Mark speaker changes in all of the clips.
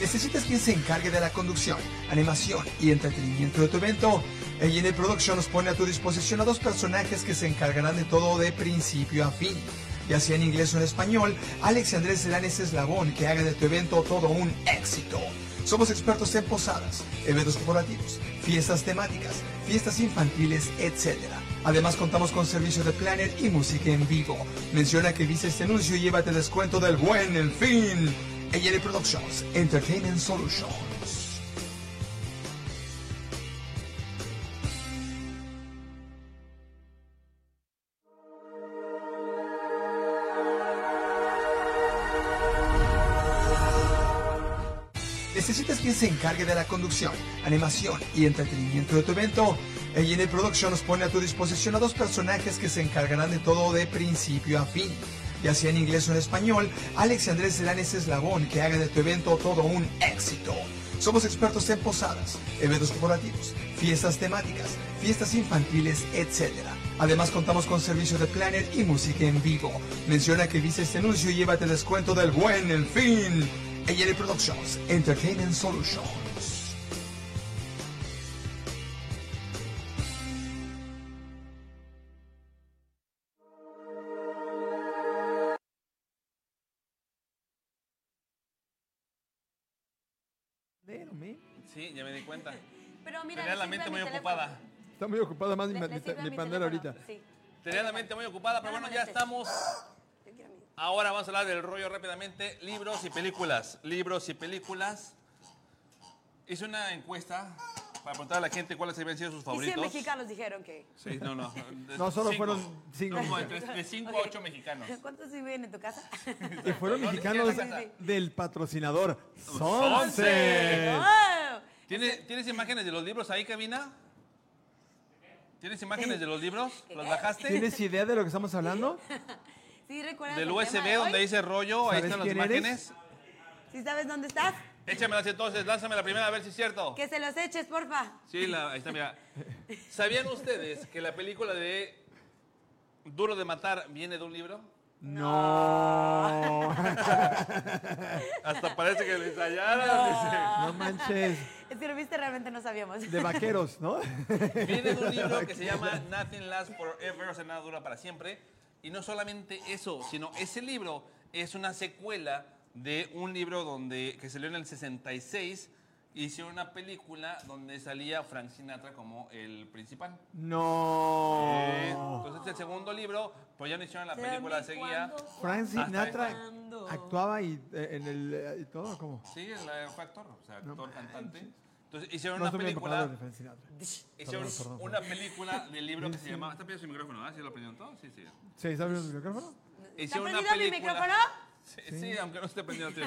Speaker 1: ¿Necesitas quien se encargue de la conducción, animación y entretenimiento de tu evento? A&E Productions pone a tu disposición a dos personajes que se encargarán de todo de principio a fin. Ya sea en inglés o en español, Alex y Andrés serán ese eslabón que haga de tu evento todo un éxito. Somos expertos en posadas, eventos corporativos, fiestas temáticas, fiestas infantiles, etc. Además contamos con servicio de planner y música en vivo. Menciona que viste este anuncio y llévate descuento del buen El Fin. AL Productions, Entertainment Solutions. ¿Necesitas quien se encargue de la conducción, animación y entretenimiento de tu evento? A&E Productions pone a tu disposición a dos personajes que se encargarán de todo de principio a fin. Ya sea en inglés o en español, Alex y Andrés serán ese eslabón que haga de tu evento todo un éxito. Somos expertos en posadas, eventos corporativos, fiestas temáticas, fiestas infantiles, etc. Además contamos con servicio de planner y música en vivo. Menciona que viste este anuncio y llévate descuento del buen El Fin. AL Productions, Entertainment Solutions.
Speaker 2: Sí, ya me di cuenta.
Speaker 3: Pero mira,
Speaker 2: Tenía
Speaker 3: le
Speaker 2: la
Speaker 3: sirve
Speaker 2: mente
Speaker 3: mi
Speaker 2: muy
Speaker 3: teléfono.
Speaker 2: ocupada.
Speaker 4: Está muy ocupada más mi,
Speaker 3: Le-
Speaker 4: mi-
Speaker 3: le sirve
Speaker 4: mi
Speaker 3: mi
Speaker 4: pandera
Speaker 3: teléfono,
Speaker 4: ahorita.
Speaker 3: Sí.
Speaker 2: Tenía la mente muy ocupada, pero
Speaker 3: No, no
Speaker 2: bueno, ya
Speaker 3: molestes.
Speaker 2: estamos.
Speaker 3: Yo quiero mi-
Speaker 2: Ahora vamos a hablar del rollo rápidamente. Libros y películas. Libros y películas. Hice una encuesta para preguntar a la gente cuáles habían sido sus
Speaker 3: Y 100
Speaker 2: favoritos.
Speaker 3: mexicanos dijeron que...
Speaker 2: Sí, no, no.
Speaker 4: No, solo fueron cinco.
Speaker 2: No, entre- de 5 a
Speaker 3: Ok.
Speaker 2: 8 mexicanos.
Speaker 3: ¿Cuántos viven en tu casa?
Speaker 4: Y fueron
Speaker 2: No, ni siquiera
Speaker 4: mexicanos
Speaker 2: la casa.
Speaker 4: del patrocinador.
Speaker 2: Sonce. Eh,
Speaker 4: Sonce.
Speaker 3: ¡Oh!
Speaker 2: ¿Tiene- ¿Tienes imágenes de los libros ahí, cabina? ¿Tienes imágenes de los libros? ¿Los bajaste?
Speaker 4: ¿Tienes idea de lo que estamos hablando?
Speaker 3: ¿Sí recuerdas
Speaker 2: Del
Speaker 3: el tema
Speaker 2: USB
Speaker 3: de
Speaker 2: donde
Speaker 3: hoy?
Speaker 2: dice rollo, ahí
Speaker 4: ¿Sabes
Speaker 2: están las
Speaker 4: quién eres?
Speaker 2: imágenes.
Speaker 3: ¿Sí sabes dónde estás?
Speaker 2: Échamelas entonces, lánzame la primera a ver si es cierto.
Speaker 3: Que se los eches, porfa.
Speaker 2: Sí, la- ahí está, mira. ¿Sabían ustedes que la película de Duro de Matar viene de un libro?
Speaker 4: No.
Speaker 2: Hasta parece que lo ensayaron.
Speaker 4: No manches.
Speaker 3: Ah, Es que lo viste, realmente no sabíamos.
Speaker 4: De vaqueros, ¿no?
Speaker 2: dice. Viene de un libro que se llama Nothing Lasts Forever, o sea, nada dura para siempre. Y no solamente eso, sino ese libro es una secuela de un libro donde, que salió en el 66. Hicieron una película donde salía Frank Sinatra como el principal. Eh,
Speaker 4: No.
Speaker 2: Entonces el segundo libro, pues ya no hicieron la
Speaker 3: Pero
Speaker 2: película,
Speaker 3: ni
Speaker 2: seguía.
Speaker 3: cuando-
Speaker 4: Frank
Speaker 2: Hasta
Speaker 4: Sinatra
Speaker 3: ahí.
Speaker 4: actuaba y eh, en el eh, y todo como.
Speaker 2: Sí, él eh, fue actor, o sea, actor, cantante. Entonces hicieron
Speaker 4: No
Speaker 2: una
Speaker 4: estoy bien preparado de
Speaker 2: película,
Speaker 4: Frank Sinatra.
Speaker 2: hicieron
Speaker 4: Perdón, perdón,
Speaker 2: una película del libro que se llama. ¿Está prendido su micrófono? ¿Ah? ¿Sí lo prendieron todo? Sí, sí.
Speaker 4: ¿Sí, está abriendo el micrófono?
Speaker 3: ¿Está
Speaker 2: Hicieron
Speaker 3: prendido mi micrófono?
Speaker 2: Sí, sí, aunque no esté prendido. sí.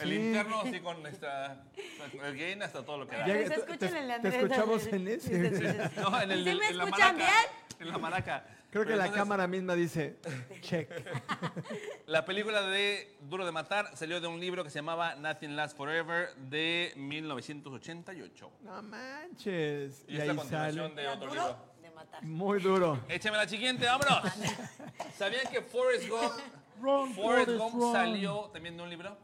Speaker 2: El interno sí con nuestra el gain hasta todo lo que da.
Speaker 4: Ya-
Speaker 3: Pues
Speaker 4: te-
Speaker 3: escuchen
Speaker 4: te-
Speaker 3: el
Speaker 4: te
Speaker 3: Andrés.
Speaker 4: escuchamos en ese.
Speaker 3: Sí, sí, sí.
Speaker 2: No, en el
Speaker 3: ¿Sí me
Speaker 2: en la
Speaker 3: escuchan
Speaker 2: maraca, En la maraca.
Speaker 4: Creo que
Speaker 2: Pero
Speaker 4: la
Speaker 2: entonces,
Speaker 4: cámara misma dice check.
Speaker 2: La película de Duro de Matar salió de un libro que se llamaba Nothing Lasts Forever de 1988.
Speaker 4: No manches.
Speaker 2: Y,
Speaker 4: Y
Speaker 2: es la
Speaker 4: ahí
Speaker 2: continuación
Speaker 4: sale.
Speaker 2: de otro libro.
Speaker 3: Duro de matar.
Speaker 4: Muy duro.
Speaker 2: Échame la siguiente, vámonos. ¿Sabían que Forrest Gump, Forrest Gump salió también de un libro?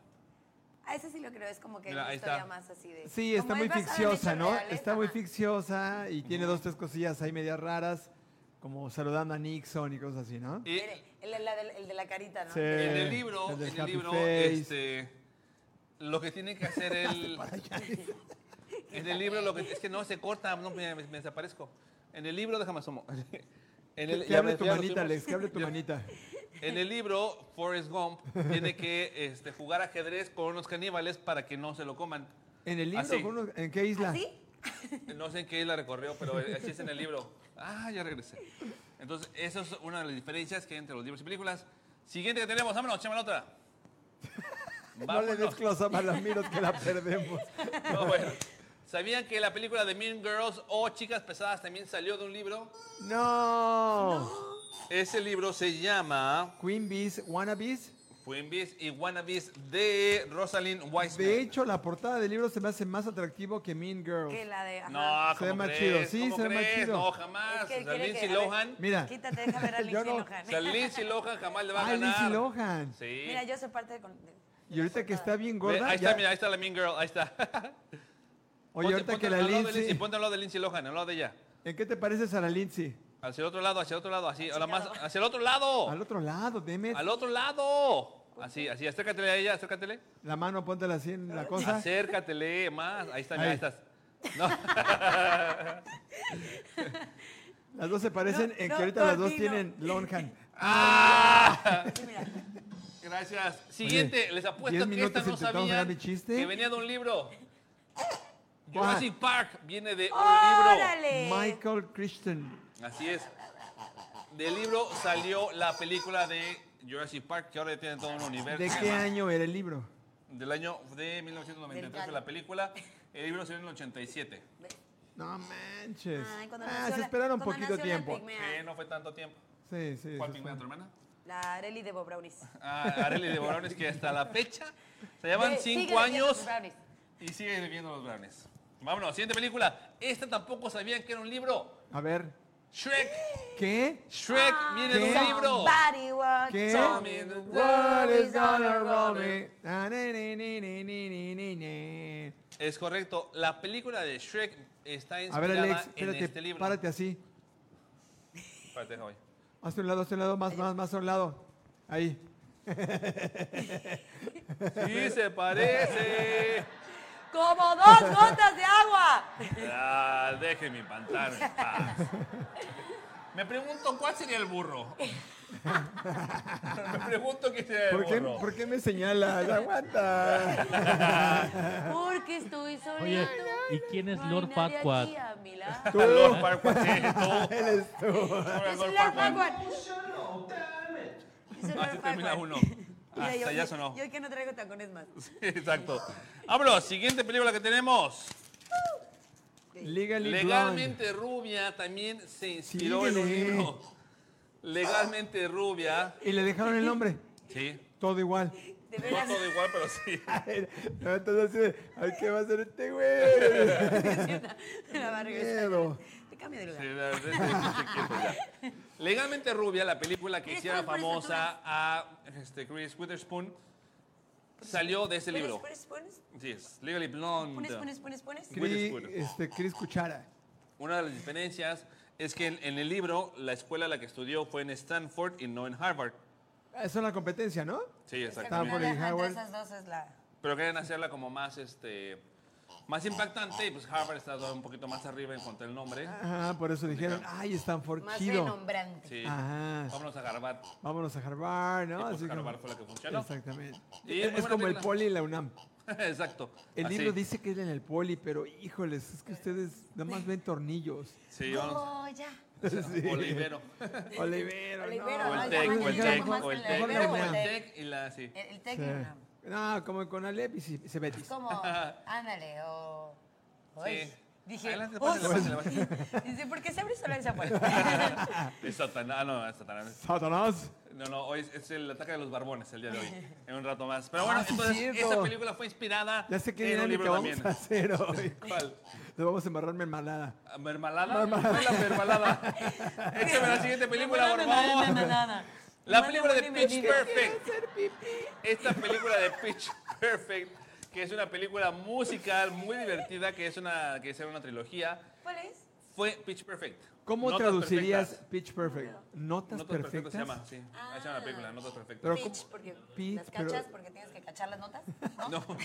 Speaker 3: A ese sí lo creo, es como que
Speaker 2: Mira,
Speaker 3: una
Speaker 2: ahí
Speaker 3: historia
Speaker 2: está.
Speaker 3: más así de...
Speaker 4: Sí, está
Speaker 3: como
Speaker 4: muy
Speaker 3: es basado en
Speaker 4: ficciosa,
Speaker 3: hechos
Speaker 4: ¿no?
Speaker 3: reales,
Speaker 4: Está muy
Speaker 3: ajá.
Speaker 4: ficciosa y tiene dos, tres cosillas ahí medias raras, como saludando a Nixon y cosas así, ¿no?
Speaker 2: Y
Speaker 3: Mire, el, la del- el de la carita, ¿no?
Speaker 4: Sí.
Speaker 2: en el libro,
Speaker 4: Eh, El del
Speaker 2: en el
Speaker 4: Happy
Speaker 2: libro,
Speaker 4: Face.
Speaker 2: este, lo que tiene que hacer el... en el libro, lo que, es que no, se corta, no, me, me desaparezco. En el libro, déjame asomo. En el,
Speaker 4: Que
Speaker 2: ya
Speaker 4: hable
Speaker 2: me-
Speaker 4: tu
Speaker 2: ya lo
Speaker 4: manita,
Speaker 2: subimos.
Speaker 4: Alex, que hable tu manita.
Speaker 2: En el libro, Forrest Gump tiene que este, jugar ajedrez con unos caníbales para que no se lo coman.
Speaker 4: En el
Speaker 2: Así.
Speaker 4: libro, ¿con unos- ¿en qué isla?
Speaker 3: ¿Así?
Speaker 2: No sé en qué la recorrió, pero así es en el libro. Ah, ya regresé. Entonces, esa es una de las diferencias que hay entre los libros y películas. Siguiente que tenemos, vámonos, échame la otra.
Speaker 4: No le des
Speaker 2: Vámonos.
Speaker 4: close up a las miros que la perdemos.
Speaker 2: No, bueno. ¿Sabían que la película de Mean Girls o Chicas Pesadas también salió de un libro?
Speaker 4: No.
Speaker 2: Ese libro se llama
Speaker 4: Queen Bees, Wannabes.
Speaker 2: Twin Bees y Wannabes de Rosalind Wiseman.
Speaker 4: De hecho, la portada del libro se me hace más atractivo que Mean Girls.
Speaker 3: Que la de... ajá.
Speaker 2: no,
Speaker 4: Se ve
Speaker 2: ¿cómo
Speaker 4: más chido.
Speaker 2: crees?
Speaker 4: Sí,
Speaker 2: ¿Cómo
Speaker 4: se ve más
Speaker 2: crees?
Speaker 4: chido.
Speaker 2: No, jamás.
Speaker 3: Es que él
Speaker 2: O sea,
Speaker 3: quiere que-
Speaker 2: Lindsay
Speaker 3: a ver,
Speaker 2: Lohan.
Speaker 4: Mira.
Speaker 3: Quítate, deja ver a
Speaker 4: Yo
Speaker 3: Lindsay
Speaker 4: no.
Speaker 2: O sea,
Speaker 3: Lohan. ¿eh?
Speaker 2: Lindsay Lohan jamás le va a
Speaker 4: Ay,
Speaker 2: ganar.
Speaker 4: Lindsay Ah, Lohan.
Speaker 2: Sí.
Speaker 3: Mira, yo soy parte de... con- de-
Speaker 4: Y ahorita que está bien
Speaker 2: Ve,
Speaker 4: gorda.
Speaker 2: ahí está,
Speaker 4: ya-
Speaker 2: mira, ahí está la Mean Girl, ahí está.
Speaker 4: Oye,
Speaker 2: Ponte-
Speaker 4: ahorita
Speaker 2: ponte
Speaker 4: que la
Speaker 2: al lado de Lindsay,
Speaker 4: Lindsay.
Speaker 2: Ponte al lado de Lindsay Lohan, al lado de ella.
Speaker 4: ¿En qué te pareces a la Lindsay?
Speaker 2: Hacia el otro lado, hacia el otro lado, así, ahora más,
Speaker 3: Chingado.
Speaker 2: hacia el otro lado.
Speaker 4: Al otro lado, Demet.
Speaker 2: Al otro lado. Así, así, acércatele a ella, acércatele.
Speaker 4: La mano, póntela así en la cosa.
Speaker 2: Acércatele más. Ahí está,
Speaker 4: Ahí.
Speaker 2: mira, ahí estás.
Speaker 4: Las dos se parecen
Speaker 3: No,
Speaker 4: en
Speaker 3: no,
Speaker 4: que ahorita las dos
Speaker 3: Tortino.
Speaker 4: tienen Longhand.
Speaker 2: ¡Ah!
Speaker 3: Sí, mira.
Speaker 2: Gracias. Siguiente, les apuesto
Speaker 4: diez
Speaker 2: que esta
Speaker 4: minutos
Speaker 2: no
Speaker 4: intentamos
Speaker 2: sabía
Speaker 4: ganar mi chiste.
Speaker 2: que venía de un libro.
Speaker 4: ¿Cuál?
Speaker 2: Jurassic Park viene de un libro.
Speaker 3: ¡Órale!
Speaker 4: Michael Christian.
Speaker 2: Así es. Del libro salió la película de Jurassic Park, que ahora tiene todo un universo.
Speaker 4: ¿De
Speaker 2: y
Speaker 4: qué
Speaker 2: demás.
Speaker 4: año era el libro?
Speaker 2: Del año de 1993 fue
Speaker 3: Del
Speaker 2: la película. El libro salió en el 87.
Speaker 4: No manches.
Speaker 3: Ay, cuando
Speaker 4: ah,
Speaker 3: nació
Speaker 4: se
Speaker 3: la-
Speaker 4: esperaron
Speaker 3: cuando
Speaker 4: poquito
Speaker 3: nació la
Speaker 4: tiempo.
Speaker 3: pigmea.
Speaker 2: Que no fue tanto tiempo.
Speaker 4: Sí, sí.
Speaker 2: ¿Cuál
Speaker 4: se
Speaker 2: pingüina, tu hermana?
Speaker 3: La Areli de Bob Brownies.
Speaker 2: Ah, Arely de Brownies, que hasta la fecha se llevan
Speaker 3: Sí, sigue
Speaker 2: cinco
Speaker 3: vendiendo
Speaker 2: años
Speaker 3: sus brownies.
Speaker 2: y siguen viviendo los Brownies. Vámonos, siguiente película. Esta tampoco sabían que era un libro.
Speaker 4: A ver.
Speaker 2: Shrek.
Speaker 4: ¿Qué?
Speaker 2: Shrek viene de
Speaker 4: ¿Qué?
Speaker 2: un libro.
Speaker 3: Ah, Somebody once
Speaker 4: ¿Qué?
Speaker 3: told me the world is gonna roll me.
Speaker 4: Ah, ne, ne, ne, ne, ne, ne, ne, ne.
Speaker 2: Es correcto. La película de Shrek está
Speaker 4: A ver,
Speaker 2: inspirada
Speaker 4: Alex,
Speaker 2: en
Speaker 4: espérate,
Speaker 2: este libro.
Speaker 4: párate así.
Speaker 2: Espérate, déjame.
Speaker 4: Hazte un lado, hazte un lado, más, más, más a un lado. Ahí.
Speaker 2: Sí, se parece.
Speaker 3: Como dos gotas de agua.
Speaker 2: Ah, déjenme pantalón en paz. Me pregunto cuál sería el burro. Me pregunto quién sería el
Speaker 4: ¿Por qué,
Speaker 2: burro.
Speaker 4: por qué me señalas? Aguanta.
Speaker 3: Porque estoy soñando.
Speaker 5: Oye, ¿y quién es
Speaker 3: No hay
Speaker 5: Lord
Speaker 3: nadie
Speaker 5: Farquaad?
Speaker 3: aquí a mi lado.
Speaker 4: Tú.
Speaker 2: Lord Farquaad, sí, tú.
Speaker 4: Eres tú.
Speaker 2: Ahora Lord
Speaker 3: Es Lord
Speaker 2: Farquaad.
Speaker 3: Farquaad. Es Lord
Speaker 2: Así termina
Speaker 3: Farquaad.
Speaker 2: uno. Ah,
Speaker 3: Mira,
Speaker 2: Hasta
Speaker 3: yo-
Speaker 2: ya sonó.
Speaker 3: Yo que no traigo tacones más.
Speaker 2: Sí, exacto. Vámonos, siguiente película que tenemos.
Speaker 4: Legally Blonde.
Speaker 2: Legalmente Rubia también se inspiró en un
Speaker 4: Síguele.
Speaker 2: libro. Legalmente Rubia.
Speaker 4: Y le dejaron el nombre.
Speaker 2: Sí.
Speaker 4: Todo igual.
Speaker 3: De
Speaker 2: No
Speaker 3: veras.
Speaker 2: todo igual, pero sí.
Speaker 4: Entonces así de, ay, ¿qué va a hacer este güey?
Speaker 3: Me la va a regresar.
Speaker 4: Miedo.
Speaker 3: Te cambio de
Speaker 2: Sí,
Speaker 3: lugar.
Speaker 2: la verdad es que estoy quieto ya. Legalmente Rubia, la película que
Speaker 3: Eres
Speaker 2: hiciera
Speaker 3: por- por eso tú
Speaker 2: famosa a este, Chris Witherspoon, salió de ese libro.
Speaker 3: Pones, pones,
Speaker 2: Sí, es Legally
Speaker 3: pones, pones,
Speaker 2: Blonde.
Speaker 3: pones, pones.
Speaker 2: Cri-
Speaker 4: Cris,
Speaker 2: Witherspoon.
Speaker 4: este, Cris Cuchara.
Speaker 2: Una de las diferencias es que en, en el libro la escuela a la que estudió fue en Stanford y no en Harvard.
Speaker 4: Ah, Es una competencia, ¿no?
Speaker 2: Sí,
Speaker 4: Stanford
Speaker 2: exactamente.
Speaker 4: y
Speaker 3: Ajá, entre
Speaker 4: Howard.
Speaker 3: Esas dos es la...
Speaker 2: Pero querían hacerla como más, este, más impactante y pues Harvard está un poquito más arriba en cuanto al nombre.
Speaker 4: Ajá, por eso dijeron, ay, Stanford,
Speaker 3: Más
Speaker 4: chido.
Speaker 3: renombrante.
Speaker 2: Sí.
Speaker 4: Ajá.
Speaker 2: Vámonos a Harvard.
Speaker 4: Vámonos a Harvard, ¿no?
Speaker 2: Y, pues,
Speaker 4: Así como-
Speaker 2: Harvard fue la que funcionó.
Speaker 4: Exactamente.
Speaker 2: Y
Speaker 4: es es
Speaker 2: muy buena
Speaker 4: como el
Speaker 2: película.
Speaker 4: poli y la UNAM.
Speaker 2: Exacto.
Speaker 4: El
Speaker 2: Así.
Speaker 4: libro dice que es en el poli, pero híjoles, es que ustedes nada más ven tornillos.
Speaker 2: Sí, vamos.
Speaker 3: Goya.
Speaker 4: Sí.
Speaker 2: Olivero.
Speaker 4: Olivero,
Speaker 3: Olivero,
Speaker 2: O
Speaker 4: no.
Speaker 2: el
Speaker 3: ay,
Speaker 2: TEC,
Speaker 3: jamás
Speaker 2: o el
Speaker 3: he
Speaker 2: TEC,
Speaker 3: más
Speaker 2: o el
Speaker 3: en la
Speaker 2: TEC,
Speaker 3: Ibero,
Speaker 2: o el
Speaker 3: güey.
Speaker 2: TEC y la sí.
Speaker 3: El, el tec
Speaker 4: Sí.
Speaker 3: y la-
Speaker 4: No, como con Alep y Ce- Cebetis.
Speaker 3: Es como, ándale, o... Uy,
Speaker 2: Sí.
Speaker 3: Dije,
Speaker 2: Adelante,
Speaker 3: uy.
Speaker 2: pásale, pásale, pásale.
Speaker 3: Dice, ¿por qué se abre sola esa puerta?
Speaker 2: Es Satanás, ah, no, es Satanás.
Speaker 4: Satanás.
Speaker 2: No, no, hoy es- es el ataque de los barbones el día de hoy. En un rato más. Pero bueno,
Speaker 4: Ah, sí,
Speaker 2: entonces,
Speaker 4: cierto.
Speaker 2: esta película fue inspirada
Speaker 4: Ya sé qué
Speaker 2: en un
Speaker 4: dinámica
Speaker 2: libro
Speaker 4: vamos
Speaker 2: también.
Speaker 4: a hacer hoy.
Speaker 2: ¿Cuál?
Speaker 4: Nos vamos a embarrar mermalada.
Speaker 2: ¿Mermalada? Fue la mermalada. Échame la siguiente película, por
Speaker 3: No, no,
Speaker 2: favor.
Speaker 3: no, no.
Speaker 2: La
Speaker 3: Manda
Speaker 2: película de
Speaker 3: buen
Speaker 2: Pitch
Speaker 3: invitado.
Speaker 2: Perfect. Esta película de Pitch Perfect, que es una película musical muy divertida, que es una, que es una trilogía.
Speaker 3: ¿Cuál es?
Speaker 2: Fue Pitch Perfect.
Speaker 4: ¿Cómo
Speaker 2: Notas
Speaker 4: traducirías
Speaker 2: perfectas.
Speaker 4: Pitch Perfect? ¿Notas,
Speaker 2: Notas
Speaker 4: perfectas?
Speaker 2: perfectas se llama, sí. Ahí se llama la película,
Speaker 3: Ah.
Speaker 2: Notas
Speaker 4: Pero
Speaker 2: perfectas.
Speaker 3: Pitch,
Speaker 4: ¿cómo?
Speaker 3: porque
Speaker 4: Pitch,
Speaker 3: las cachas
Speaker 4: pero-
Speaker 3: porque tienes que cachar las notas.
Speaker 2: No,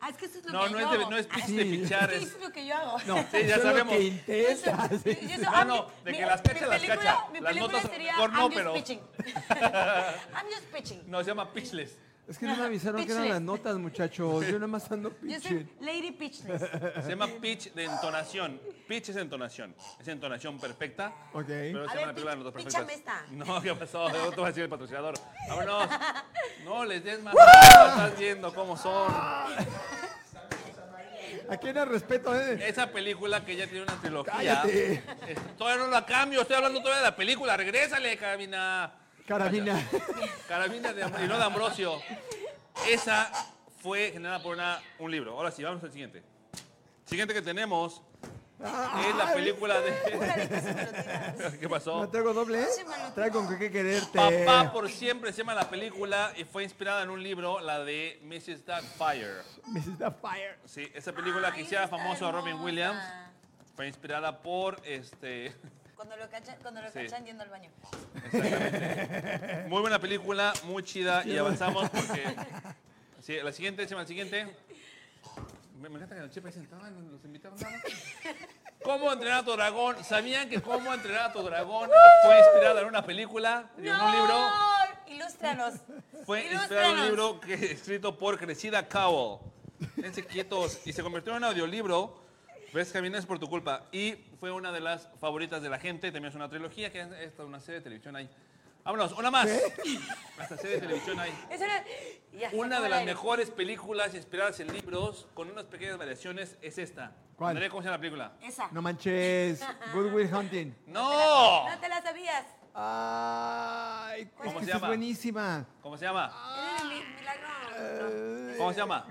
Speaker 3: Ah, es que eso es lo
Speaker 2: no,
Speaker 3: que
Speaker 2: no
Speaker 3: yo
Speaker 2: es, de,
Speaker 3: hago.
Speaker 2: no es pitch
Speaker 3: Ah,
Speaker 2: de
Speaker 4: sí.
Speaker 2: pichar.
Speaker 3: es
Speaker 2: es-
Speaker 3: que es lo que yo hago.
Speaker 4: No,
Speaker 2: Sí,
Speaker 4: eso
Speaker 2: ya
Speaker 4: es lo
Speaker 2: sabemos.
Speaker 4: que
Speaker 3: Yo soy-
Speaker 4: intentas.
Speaker 3: yo- yo soy-
Speaker 2: No,
Speaker 3: ah,
Speaker 2: no,
Speaker 3: mi-
Speaker 2: de que
Speaker 3: mi-
Speaker 2: las cachas,
Speaker 3: mi
Speaker 2: las
Speaker 3: película-
Speaker 2: cacha.
Speaker 3: Mi
Speaker 2: Las
Speaker 3: película
Speaker 2: notas
Speaker 3: sería
Speaker 2: mejor no,
Speaker 3: I'm just
Speaker 2: pero-
Speaker 3: pitching. I'm just pitching.
Speaker 2: No, se llama Pitchless.
Speaker 4: Es que no me avisaron que eran las notas, muchachos. Yo nada más ando
Speaker 3: Yo
Speaker 4: pinche.
Speaker 3: soy Lady Pitchless.
Speaker 2: Se llama pitch de entonación. Pitch es entonación. Es entonación perfecta.
Speaker 4: Ok.
Speaker 2: Pero
Speaker 3: A
Speaker 2: se
Speaker 3: ver,
Speaker 2: llama la película de Notas
Speaker 3: pitch-
Speaker 2: perfectas.
Speaker 3: píchame
Speaker 2: No, ¿qué pasó? Luego te voy a decir el patrocinador. Vámonos. No, les des más. Estás viendo cómo son.
Speaker 4: Aquí no hay respeto, ¿eh?
Speaker 2: Esa película que ya tiene una trilogía.
Speaker 4: Cállate.
Speaker 2: Es- Todavía no la cambio. Estoy hablando todavía de la película. Regrésale, carabina.
Speaker 4: Carabina.
Speaker 2: Carabina de Am- y no de Ambrosio. Esa fue generada por una- un libro. Ahora sí, vamos al siguiente. Siguiente que tenemos es la película de...
Speaker 3: Clarita, si me lo tiras.
Speaker 2: ¿Qué pasó?
Speaker 4: ¿No traigo doble?
Speaker 3: Sí, mano.
Speaker 4: Traigo con qué quererte.
Speaker 2: Papá por siempre se llama la película y fue inspirada en un libro, la de Mrs. Doubtfire.
Speaker 4: Mrs. The Fire.
Speaker 2: Sí, esa película que hiciera
Speaker 3: Ay, está
Speaker 2: famoso a Robin
Speaker 3: hermosa.
Speaker 2: Williams fue inspirada por este.
Speaker 3: Cuando lo cachan, cuando lo
Speaker 2: Sí.
Speaker 3: cachan yendo al baño.
Speaker 2: Muy buena película, muy chida y avanzamos porque. Sí, la siguiente, se llama la siguiente. Me, me encanta que los chefes sentaban, los invitaban. nada. ¿Cómo entrenar a tu dragón? ¿Sabían que cómo entrenar a tu dragón fue inspirada en una película, en un libro?
Speaker 3: Ilústranos.
Speaker 2: Fue inspirado en un libro que, escrito por Crecida Cowell. Fíjense quietos. Y se convirtió en un audiolibro. Ves, Camina, es por tu culpa. Y fue una de las favoritas de la gente. También es una trilogía, que es esta, una serie de televisión ahí. Vámonos, una más. Hasta serie de televisión ahí.
Speaker 3: Esa era- ya, se
Speaker 2: Una
Speaker 3: acabó
Speaker 2: de
Speaker 3: el
Speaker 2: las
Speaker 3: aire.
Speaker 2: mejores películas inspiradas en libros, con unas pequeñas variaciones, es esta.
Speaker 4: ¿Cuál?
Speaker 2: Andrea, ¿Cómo se llama la película?
Speaker 3: Esa.
Speaker 4: No manches. Good Will Hunting.
Speaker 2: ¡No!
Speaker 3: No te la sabías.
Speaker 4: Ay, es que
Speaker 2: ¿Cómo se
Speaker 4: esta es
Speaker 2: llama?
Speaker 4: buenísima.
Speaker 2: ¿Cómo se llama?
Speaker 3: Era el mi-
Speaker 2: Eh,
Speaker 3: milagro.
Speaker 2: ¿Cómo se llama?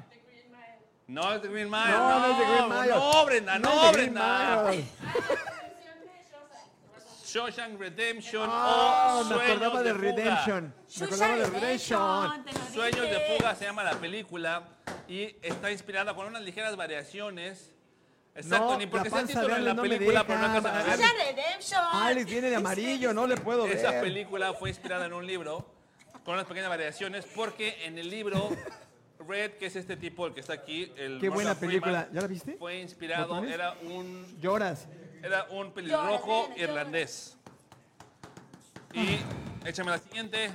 Speaker 2: No, es The Green Mile.
Speaker 4: No, no es The Green Mile.
Speaker 2: No, Brenda, Ah, no,
Speaker 4: es de Green
Speaker 2: Brenda.
Speaker 4: Mile.
Speaker 2: Shawshank Redemption
Speaker 4: Ah,
Speaker 2: o
Speaker 4: me
Speaker 2: Sueños
Speaker 4: acordaba
Speaker 2: Oh,
Speaker 4: de
Speaker 2: de,
Speaker 4: Redemption. Me acordaba de Redemption.
Speaker 3: te lo dije.
Speaker 2: Sueños de fuga se llama la película y está inspirada con unas ligeras variaciones. Exacto,
Speaker 4: No,
Speaker 2: ni porque
Speaker 4: la
Speaker 2: sea el
Speaker 4: panza
Speaker 2: título
Speaker 4: de
Speaker 2: de la
Speaker 4: Ale no me
Speaker 2: película, pero no
Speaker 4: deja.
Speaker 2: alcanzan a ver.
Speaker 3: Shawshank Redemption.
Speaker 4: Alex Ah, viene de amarillo, no le puedo ver.
Speaker 2: Esa película fue inspirada en un libro con unas pequeñas variaciones porque en el libro Red, que es este tipo, el que está aquí, el
Speaker 4: Qué buena
Speaker 2: Morgan Freeman,
Speaker 4: película. ¿Ya la viste?
Speaker 2: Fue inspirado,
Speaker 4: ¿Botones?
Speaker 2: era un
Speaker 4: Lloras.
Speaker 2: Era un pelirrojo
Speaker 3: Llora, nena,
Speaker 2: irlandés. Y échame la siguiente.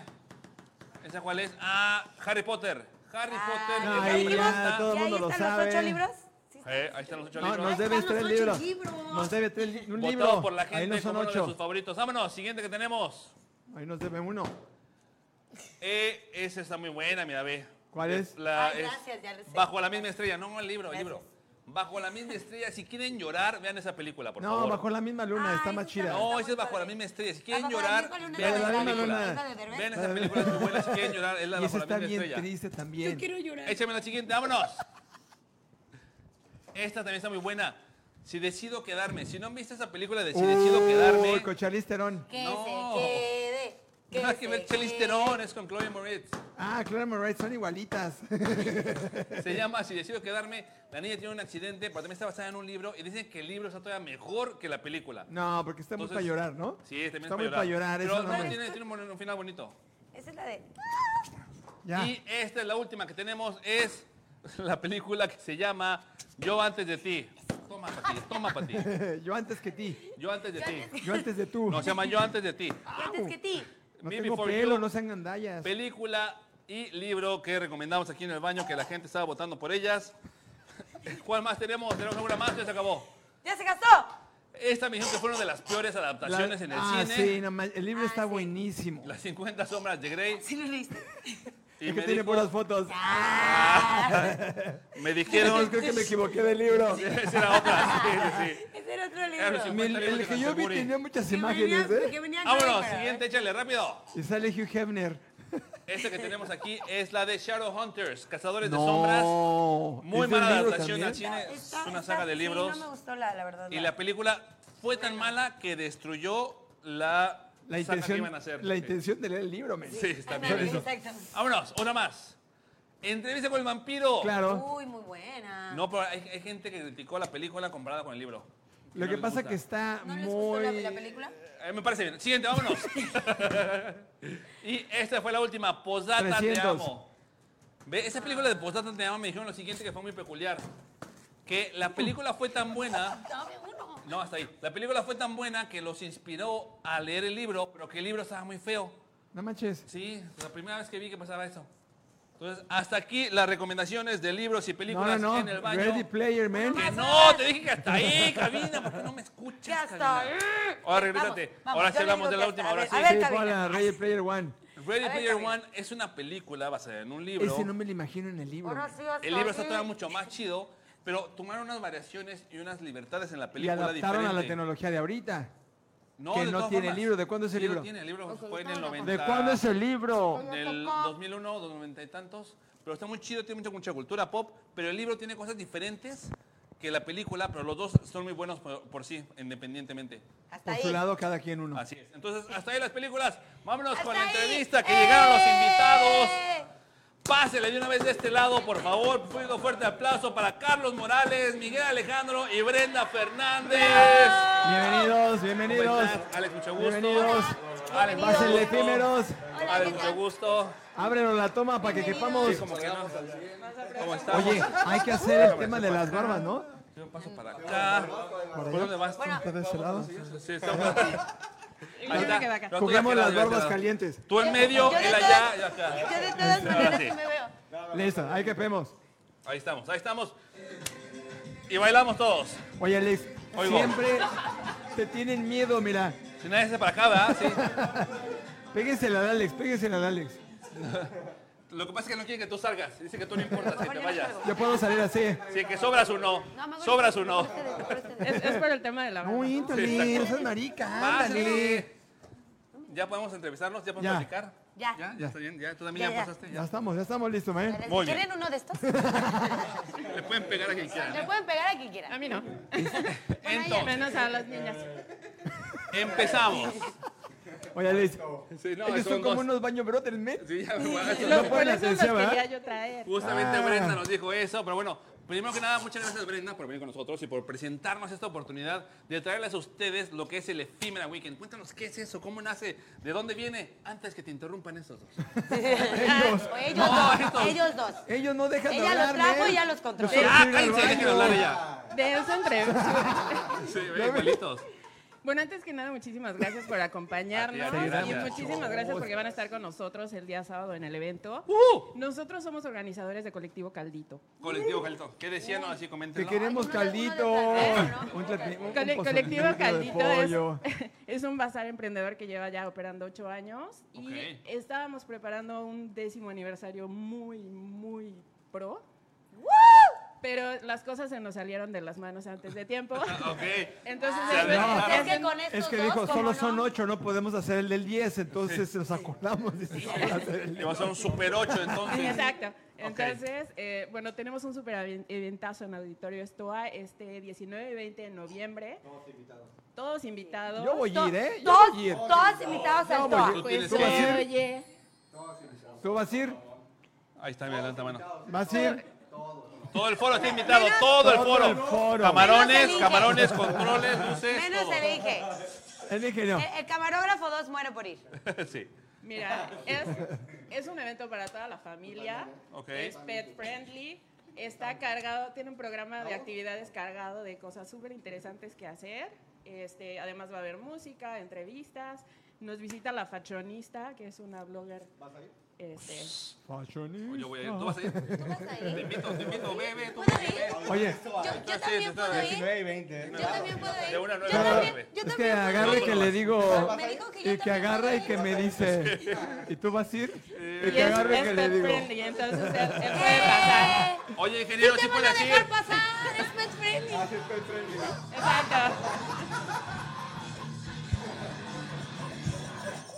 Speaker 2: ¿Esa cuál es? Ah, Harry Potter. Harry Potter.
Speaker 4: no,
Speaker 2: en la
Speaker 4: ahí ya,
Speaker 2: película.
Speaker 4: todo el
Speaker 3: ¿Y Ah, ahí
Speaker 4: mundo lo
Speaker 3: están los ocho
Speaker 4: sabe.
Speaker 3: libros? Sí.
Speaker 2: Eh, ahí están los ocho
Speaker 4: No,
Speaker 2: libros.
Speaker 4: nos debes
Speaker 3: están
Speaker 4: tres
Speaker 3: los
Speaker 4: libros.
Speaker 3: ocho libros.
Speaker 4: Nos debe tres li- un
Speaker 2: Votados
Speaker 4: libro.
Speaker 2: por la gente
Speaker 4: Ahí no son
Speaker 2: como uno de sus
Speaker 4: ocho.
Speaker 2: favoritos. Vámonos, siguiente que tenemos.
Speaker 4: Ahí nos debe uno.
Speaker 2: Eh, esa está muy buena, mira, ve.
Speaker 4: ¿Cuál es?
Speaker 2: la- es
Speaker 3: Ay, gracias, ya lo sé.
Speaker 2: Bajo la misma estrella. No, no, el libro, el
Speaker 3: Gracias.
Speaker 2: libro. Bajo la misma estrella. Si quieren llorar, vean esa película, por
Speaker 4: No,
Speaker 2: favor.
Speaker 4: bajo la misma luna,
Speaker 3: Ay,
Speaker 4: está más
Speaker 3: sí,
Speaker 4: chida.
Speaker 3: está
Speaker 2: No,
Speaker 3: muy
Speaker 2: ese es bajo la
Speaker 3: padre.
Speaker 2: misma estrella. Si
Speaker 3: Ah,
Speaker 2: quieren
Speaker 3: bajo la
Speaker 2: llorar,
Speaker 3: misma luna
Speaker 2: vean
Speaker 4: de
Speaker 2: esa
Speaker 4: la misma
Speaker 2: película.
Speaker 4: luna.
Speaker 3: La de Derbez.
Speaker 2: Vean esa película, es muy buena. Si quieren llorar, es la
Speaker 4: y
Speaker 2: bajo
Speaker 4: esa
Speaker 2: la
Speaker 4: está
Speaker 2: misma
Speaker 4: bien
Speaker 2: estrella.
Speaker 4: triste también.
Speaker 3: llorar.
Speaker 2: Échame la siguiente, vámonos. Esta también está muy buena. Si decido quedarme. Si no han visto esa película de Si decido
Speaker 4: Uy,
Speaker 2: quedarme.
Speaker 4: con Charlize Theron.
Speaker 3: Que
Speaker 2: No.
Speaker 3: se quede.
Speaker 2: Nada que ver,
Speaker 3: se
Speaker 2: Charlize
Speaker 3: quede.
Speaker 2: Theron, es con Chloe Moritz.
Speaker 4: Ah, Clara Moritz, son igualitas.
Speaker 2: Se llama Si decido quedarme. La niña tiene un accidente, pero también está basada en un libro. Y dicen que el libro está todavía mejor que la película.
Speaker 4: No, porque está muy
Speaker 2: Entonces-
Speaker 4: para llorar, ¿no?
Speaker 2: Sí, también
Speaker 4: está muy para llorar.
Speaker 2: Pero
Speaker 4: eso no
Speaker 2: bueno,
Speaker 4: me-
Speaker 2: tiene, tiene un, buen- un final bonito.
Speaker 3: Esa es la de.
Speaker 4: Ya.
Speaker 2: Y esta es la última que tenemos, es la película que se llama Yo antes de ti. Toma para ti, toma para ti.
Speaker 4: Yo antes que ti.
Speaker 2: Yo antes de ti.
Speaker 4: Yo antes de tú.
Speaker 2: No, se llama Yo antes de ti.
Speaker 3: Antes que ti.
Speaker 4: No
Speaker 2: Me
Speaker 4: tengo
Speaker 2: Before
Speaker 4: pelo,
Speaker 2: You,
Speaker 4: no sean gandallas.
Speaker 2: Película y libro que recomendamos aquí en el baño, que la gente estaba votando por ellas. ¿Cuál más tenemos? ¿Tenemos alguna más? Ya se acabó.
Speaker 3: ¡Ya se casó!
Speaker 2: Esta me dijeron que fue una de las peores adaptaciones en el
Speaker 4: ah,
Speaker 2: cine.
Speaker 4: sí, no ma- el libro
Speaker 3: Ah,
Speaker 4: está
Speaker 3: sí.
Speaker 4: buenísimo.
Speaker 2: Las 50 sombras de Grey.
Speaker 3: Sí lo leíste.
Speaker 2: Y
Speaker 4: es que
Speaker 2: me,
Speaker 4: tiene
Speaker 2: dijo-
Speaker 4: puras fotos.
Speaker 2: Ah. me
Speaker 4: Entonces
Speaker 2: dijeron...
Speaker 4: creo que me equivoqué del libro.
Speaker 2: Esa era otra. Sí, sí, sí.
Speaker 3: Ese era otro
Speaker 2: Era los
Speaker 3: libro.
Speaker 4: Mi- el, que yo vi tenía muchas imágenes,
Speaker 3: venían-
Speaker 4: ¿eh?
Speaker 3: que venían
Speaker 2: Vámonos,
Speaker 3: para-
Speaker 2: Ah, siguiente, échale rápido.
Speaker 4: Y sale Hugh Hefner.
Speaker 2: Esta que tenemos aquí es la de Shadowhunters, Cazadores de Sombras.
Speaker 4: No.
Speaker 2: Muy
Speaker 4: ¿es del
Speaker 2: mala
Speaker 4: libro
Speaker 2: adaptación
Speaker 4: también?
Speaker 2: al cine, es
Speaker 3: Está-
Speaker 2: una
Speaker 3: está-
Speaker 2: saga de
Speaker 3: sí,
Speaker 2: libros.
Speaker 3: no me gustó la, la verdad.
Speaker 2: Y la película fue tan mala que destruyó la,
Speaker 4: La
Speaker 2: saga que
Speaker 4: intención,
Speaker 2: iban a hacer.
Speaker 4: la
Speaker 2: Sí.
Speaker 4: intención de leer el libro, men.
Speaker 2: Sí, está bien
Speaker 3: Ándale,
Speaker 2: eso.
Speaker 3: exacto.
Speaker 2: Vámonos, una más. Entrevista con el vampiro.
Speaker 4: Claro.
Speaker 3: Uy, muy buena.
Speaker 2: No, pero hay, hay gente que criticó la película comparada con el libro.
Speaker 4: Lo
Speaker 2: No
Speaker 4: que
Speaker 2: les
Speaker 4: pasa
Speaker 2: gusta.
Speaker 4: que está
Speaker 3: ¿No les gustó
Speaker 4: muy...
Speaker 3: la, la película?
Speaker 2: Eh, me parece bien. Siguiente, vámonos. y esta fue la última. Posdata
Speaker 4: 300.
Speaker 2: te amo. Ve, esa película de Posdata te amo me dijeron lo siguiente que fue muy peculiar. Que la película fue tan buena.
Speaker 3: Dame uno.
Speaker 2: No, hasta ahí. La película fue tan buena que los inspiró a leer el libro, pero que el libro estaba muy feo.
Speaker 4: No manches.
Speaker 2: Sí, la primera vez que vi que pasaba eso. Entonces, hasta aquí las recomendaciones de libros y
Speaker 4: No,
Speaker 2: películas
Speaker 4: no, no.
Speaker 2: en el baño.
Speaker 4: Ready Player, man.
Speaker 2: Que no, te dije que hasta ahí, cabina, porque no me escuchas.
Speaker 3: Ya está. ¿eh?
Speaker 2: cabina? Ahora regrésate. Ahora sí
Speaker 3: yo le
Speaker 2: hablamos
Speaker 3: digo
Speaker 2: de
Speaker 3: que
Speaker 2: la última,
Speaker 3: hasta- a
Speaker 2: ahora
Speaker 3: ver,
Speaker 2: sí.
Speaker 3: A
Speaker 4: Sí,
Speaker 3: ver,
Speaker 4: fue la
Speaker 3: cabina.
Speaker 4: Ready Player One.
Speaker 2: Ready
Speaker 3: A ver,
Speaker 2: Player
Speaker 3: Gabriel.
Speaker 2: One es una película basada en un libro.
Speaker 4: Ese no me lo imagino en el libro.
Speaker 3: Ahora sí, hasta
Speaker 2: El libro está
Speaker 3: ahí.
Speaker 2: todavía mucho más chido, pero tomaron unas variaciones y unas libertades en la
Speaker 4: Y
Speaker 2: película
Speaker 4: adaptaron a la
Speaker 2: diferente.
Speaker 4: tecnología de ahorita.
Speaker 2: no,
Speaker 4: que
Speaker 2: de
Speaker 4: no
Speaker 2: todas
Speaker 4: tiene
Speaker 2: formas.
Speaker 4: libro. ¿De cuándo es el
Speaker 2: Sí lo
Speaker 4: libro?
Speaker 2: tiene, el libro
Speaker 3: Ok,
Speaker 2: fue en el
Speaker 3: no, no,
Speaker 2: 90.
Speaker 4: ¿De cuándo es el libro?
Speaker 2: Del 2001, 2090 y tantos. Pero está muy chido, tiene mucha, mucha cultura pop, pero el libro tiene cosas diferentes que la película, pero los dos son muy buenos por, por sí, independientemente.
Speaker 3: Hasta
Speaker 4: Por
Speaker 3: ahí.
Speaker 4: su lado, cada quien uno.
Speaker 2: Así es. Entonces, hasta ahí las películas. Vámonos
Speaker 3: Hasta
Speaker 2: con la
Speaker 3: ahí.
Speaker 2: entrevista que
Speaker 3: ¡Eh!
Speaker 2: llegaron los invitados. Pásele de una vez de este lado, por favor. Pido fuerte aplauso para Carlos Morales, Miguel Alejandro y Brenda Fernández.
Speaker 4: Bienvenidos,
Speaker 2: ¿Cómo
Speaker 4: bienvenidos.
Speaker 2: estás? Alex, mucho gusto.
Speaker 4: Bienvenidos.
Speaker 2: Alex, mucho
Speaker 4: Pásenle,
Speaker 2: gusto.
Speaker 4: efímeros.
Speaker 3: Hola,
Speaker 2: Alex,
Speaker 3: ¿qué
Speaker 2: mucho
Speaker 3: tal?
Speaker 2: gusto.
Speaker 4: Ábrenos la toma para que quepamos.
Speaker 2: Sí, como que no. ¿Cómo estamos?
Speaker 4: Oye, hay que hacer el tema de las barbas, ¿no?
Speaker 2: Yo paso para acá. ¿Por dónde vas? tú?
Speaker 3: Bueno,
Speaker 4: De ese lado.
Speaker 2: Sí, estamos- Ahí está.
Speaker 3: que va acá.
Speaker 2: No, tú de
Speaker 4: Juguemos
Speaker 2: aquel lado,
Speaker 4: las
Speaker 2: yo de
Speaker 4: barbas
Speaker 2: este lado.
Speaker 4: calientes.
Speaker 2: Tú en medio,
Speaker 3: Yo de
Speaker 2: él allá, yo acá.
Speaker 3: Yo de todas maneras
Speaker 2: Sí.
Speaker 3: sí me veo.
Speaker 4: Listo, ahí quepemos.
Speaker 2: Ahí estamos, ahí estamos. Y bailamos todos.
Speaker 4: Oye, Alex,
Speaker 2: Oigo.
Speaker 4: siempre te tienen miedo, mira.
Speaker 2: Si nadie se para acá, ¿verdad? Sí.
Speaker 4: Péguensela al Alex, péguensela al Alex.
Speaker 2: Lo que pasa es que no quiere que tú salgas. Dice que tú no importas, que te vayas.
Speaker 4: Yo puedo salir así.
Speaker 2: Sí, que sobras uno.
Speaker 3: este
Speaker 2: Sobras uno.
Speaker 5: Es, es por el tema de la
Speaker 4: No,
Speaker 5: barba, ¿no?
Speaker 4: íntale, no seas marica, ándale.
Speaker 2: Pásale. ¿Ya podemos entrevistarnos? ¿Ya podemos
Speaker 4: Ya.
Speaker 2: platicar?
Speaker 3: Ya.
Speaker 2: ¿Ya? ¿Ya está bien? ¿Ya? ¿Tú también ya,
Speaker 3: Ya, ya.
Speaker 2: pasaste?
Speaker 4: Ya
Speaker 2: ¿Ya?
Speaker 4: estamos, ya estamos listos, ¿eh?
Speaker 2: Muy bien.
Speaker 3: ¿Quieren uno de estos?
Speaker 2: Le pueden pegar a quien quieran.
Speaker 3: Le pueden pegar a quien
Speaker 5: A
Speaker 3: quieran.
Speaker 5: mí no.
Speaker 2: Entonces,
Speaker 5: Menos a las niñas.
Speaker 2: empezamos.
Speaker 4: Oye, Alex,
Speaker 2: Sí, no,
Speaker 4: ellos
Speaker 2: son
Speaker 4: son como
Speaker 2: dos.
Speaker 4: unos baño brothers, men.
Speaker 2: Sí, ya me voy a gastar.
Speaker 4: No
Speaker 5: Los, por
Speaker 4: ponen
Speaker 5: eso los
Speaker 4: atención, ¿verdad?
Speaker 5: quería yo traer.
Speaker 2: Justamente
Speaker 4: Ah.
Speaker 2: Brenda nos dijo eso, pero bueno, primero que nada, muchas gracias Brenda por venir con nosotros y por presentarnos esta oportunidad de traerles a ustedes lo que es el Ephemera Weekend. Cuéntanos qué es eso, cómo nace, de dónde viene, antes que te interrumpan estos dos.
Speaker 4: Ellos.
Speaker 3: O ellos
Speaker 2: No,
Speaker 3: dos.
Speaker 2: estos.
Speaker 3: Ellos dos.
Speaker 4: Ellos no dejan de
Speaker 3: Ella los
Speaker 4: hablar,
Speaker 3: trajo
Speaker 4: men.
Speaker 3: y ya los controló.
Speaker 4: Yo
Speaker 2: ¡Ah,
Speaker 4: quiero ir al
Speaker 2: cállense! Déjenme
Speaker 4: baño.
Speaker 2: hablar ya.
Speaker 5: De eso entre.
Speaker 2: Sí, ve, igualitos.
Speaker 5: Bueno, antes que nada, muchísimas gracias por
Speaker 2: A
Speaker 5: acompañarnos.
Speaker 2: ti, Ana.
Speaker 5: y
Speaker 2: Gracias.
Speaker 5: muchísimas gracias porque van a estar con nosotros el día sábado en el evento.
Speaker 2: ¡Uh!
Speaker 5: Nosotros somos organizadores de Colectivo Caldito.
Speaker 2: Colectivo Calito, ¿qué decían? No, así comenten.
Speaker 4: Te queremos
Speaker 3: Uno de- uno de
Speaker 4: caldito.
Speaker 3: cada, ¿no?
Speaker 4: Un tlatni- un- un
Speaker 5: Cole- colectivo
Speaker 4: pozolito de
Speaker 5: Caldito
Speaker 4: pollo.
Speaker 5: es, es un bazar emprendedor que lleva ya operando ocho años
Speaker 2: Ok.
Speaker 5: y estábamos preparando un décimo aniversario muy, muy pro. Pero las cosas se nos salieron de las manos antes de tiempo.
Speaker 2: Ok.
Speaker 5: Entonces,
Speaker 4: Ah.
Speaker 2: Se
Speaker 5: después-
Speaker 2: adelantaron.
Speaker 3: Es que con estos
Speaker 4: Es que
Speaker 3: dos,
Speaker 4: dijo,
Speaker 3: ¿cómo
Speaker 4: solo
Speaker 3: no?
Speaker 4: son ocho, no podemos hacer el del 10, entonces nos acordamos. dice, vamos a hacer el
Speaker 2: Le va a ser un super 8 entonces.
Speaker 5: Exacto.
Speaker 2: Ok.
Speaker 5: Entonces, eh, bueno, tenemos un super aven- eventazo en Auditorio Estoa este 19 y 20 de noviembre. Todos invitados.
Speaker 4: Yo
Speaker 5: Todos invitados.
Speaker 4: voy a ir, ¿eh? Yo
Speaker 3: Todos,
Speaker 4: voy a ir.
Speaker 3: todos invitados a
Speaker 4: voy a
Speaker 3: esto.
Speaker 2: Tú tienes
Speaker 4: Tú vas a
Speaker 2: que
Speaker 4: ir.
Speaker 2: ir.
Speaker 5: Oye,
Speaker 4: ¿Tú vas a ir?
Speaker 2: Ahí está, me adelanta mano.
Speaker 4: ¿Vas a ir?
Speaker 2: Todo el foro está invitado, todo el
Speaker 4: Todo el
Speaker 2: foro.
Speaker 4: foro.
Speaker 2: Camarones,
Speaker 3: Menos el
Speaker 2: camarones, controles, luces.
Speaker 3: Menos
Speaker 2: todo.
Speaker 3: el Inge.
Speaker 4: El ingeniero.
Speaker 3: El, el camarógrafo 2 muere por ir.
Speaker 2: Sí.
Speaker 5: mira, es, es un evento para toda la familia.
Speaker 2: Ok.
Speaker 5: Es pet friendly. Está cargado, tiene un programa de actividades cargado de cosas súper interesantes que hacer. Este, además va a haber música, entrevistas. Nos visita la fachonista, que es una blogger. Este,
Speaker 4: Fashionista.
Speaker 2: Yo voy a ir. ¿Tú vas a ir?
Speaker 3: ¿Tú vas a
Speaker 2: Te
Speaker 3: ir?
Speaker 2: invito, te invito. Ve, ve, tú.
Speaker 3: ¿Puedo
Speaker 2: ve,
Speaker 3: ir?
Speaker 2: ve.
Speaker 4: Oye,
Speaker 3: Yo, yo también puedo ir. Yo también puedo ir.
Speaker 2: De una a nueve.
Speaker 3: Yo también, yo
Speaker 4: es
Speaker 3: también
Speaker 4: que
Speaker 3: puedo ir.
Speaker 4: agarre que le digo.
Speaker 3: Me dijo que yo
Speaker 4: Y que
Speaker 3: también
Speaker 4: agarra
Speaker 3: puedo
Speaker 4: y que
Speaker 3: ir.
Speaker 4: me dice. ¿Y tú vas a ir? Y
Speaker 5: Y
Speaker 4: que
Speaker 5: es,
Speaker 4: agarre
Speaker 5: es
Speaker 4: que le
Speaker 5: pet
Speaker 4: digo.
Speaker 5: friendly, entonces él, él puede pasar.
Speaker 3: ¡Eh!
Speaker 2: Oye, ingeniero,
Speaker 3: ¡Sí
Speaker 2: ¿sí
Speaker 3: te van a
Speaker 2: puedes
Speaker 3: dejar
Speaker 2: ir?
Speaker 3: pasar! ¡Es pet friendly!
Speaker 5: Exacto.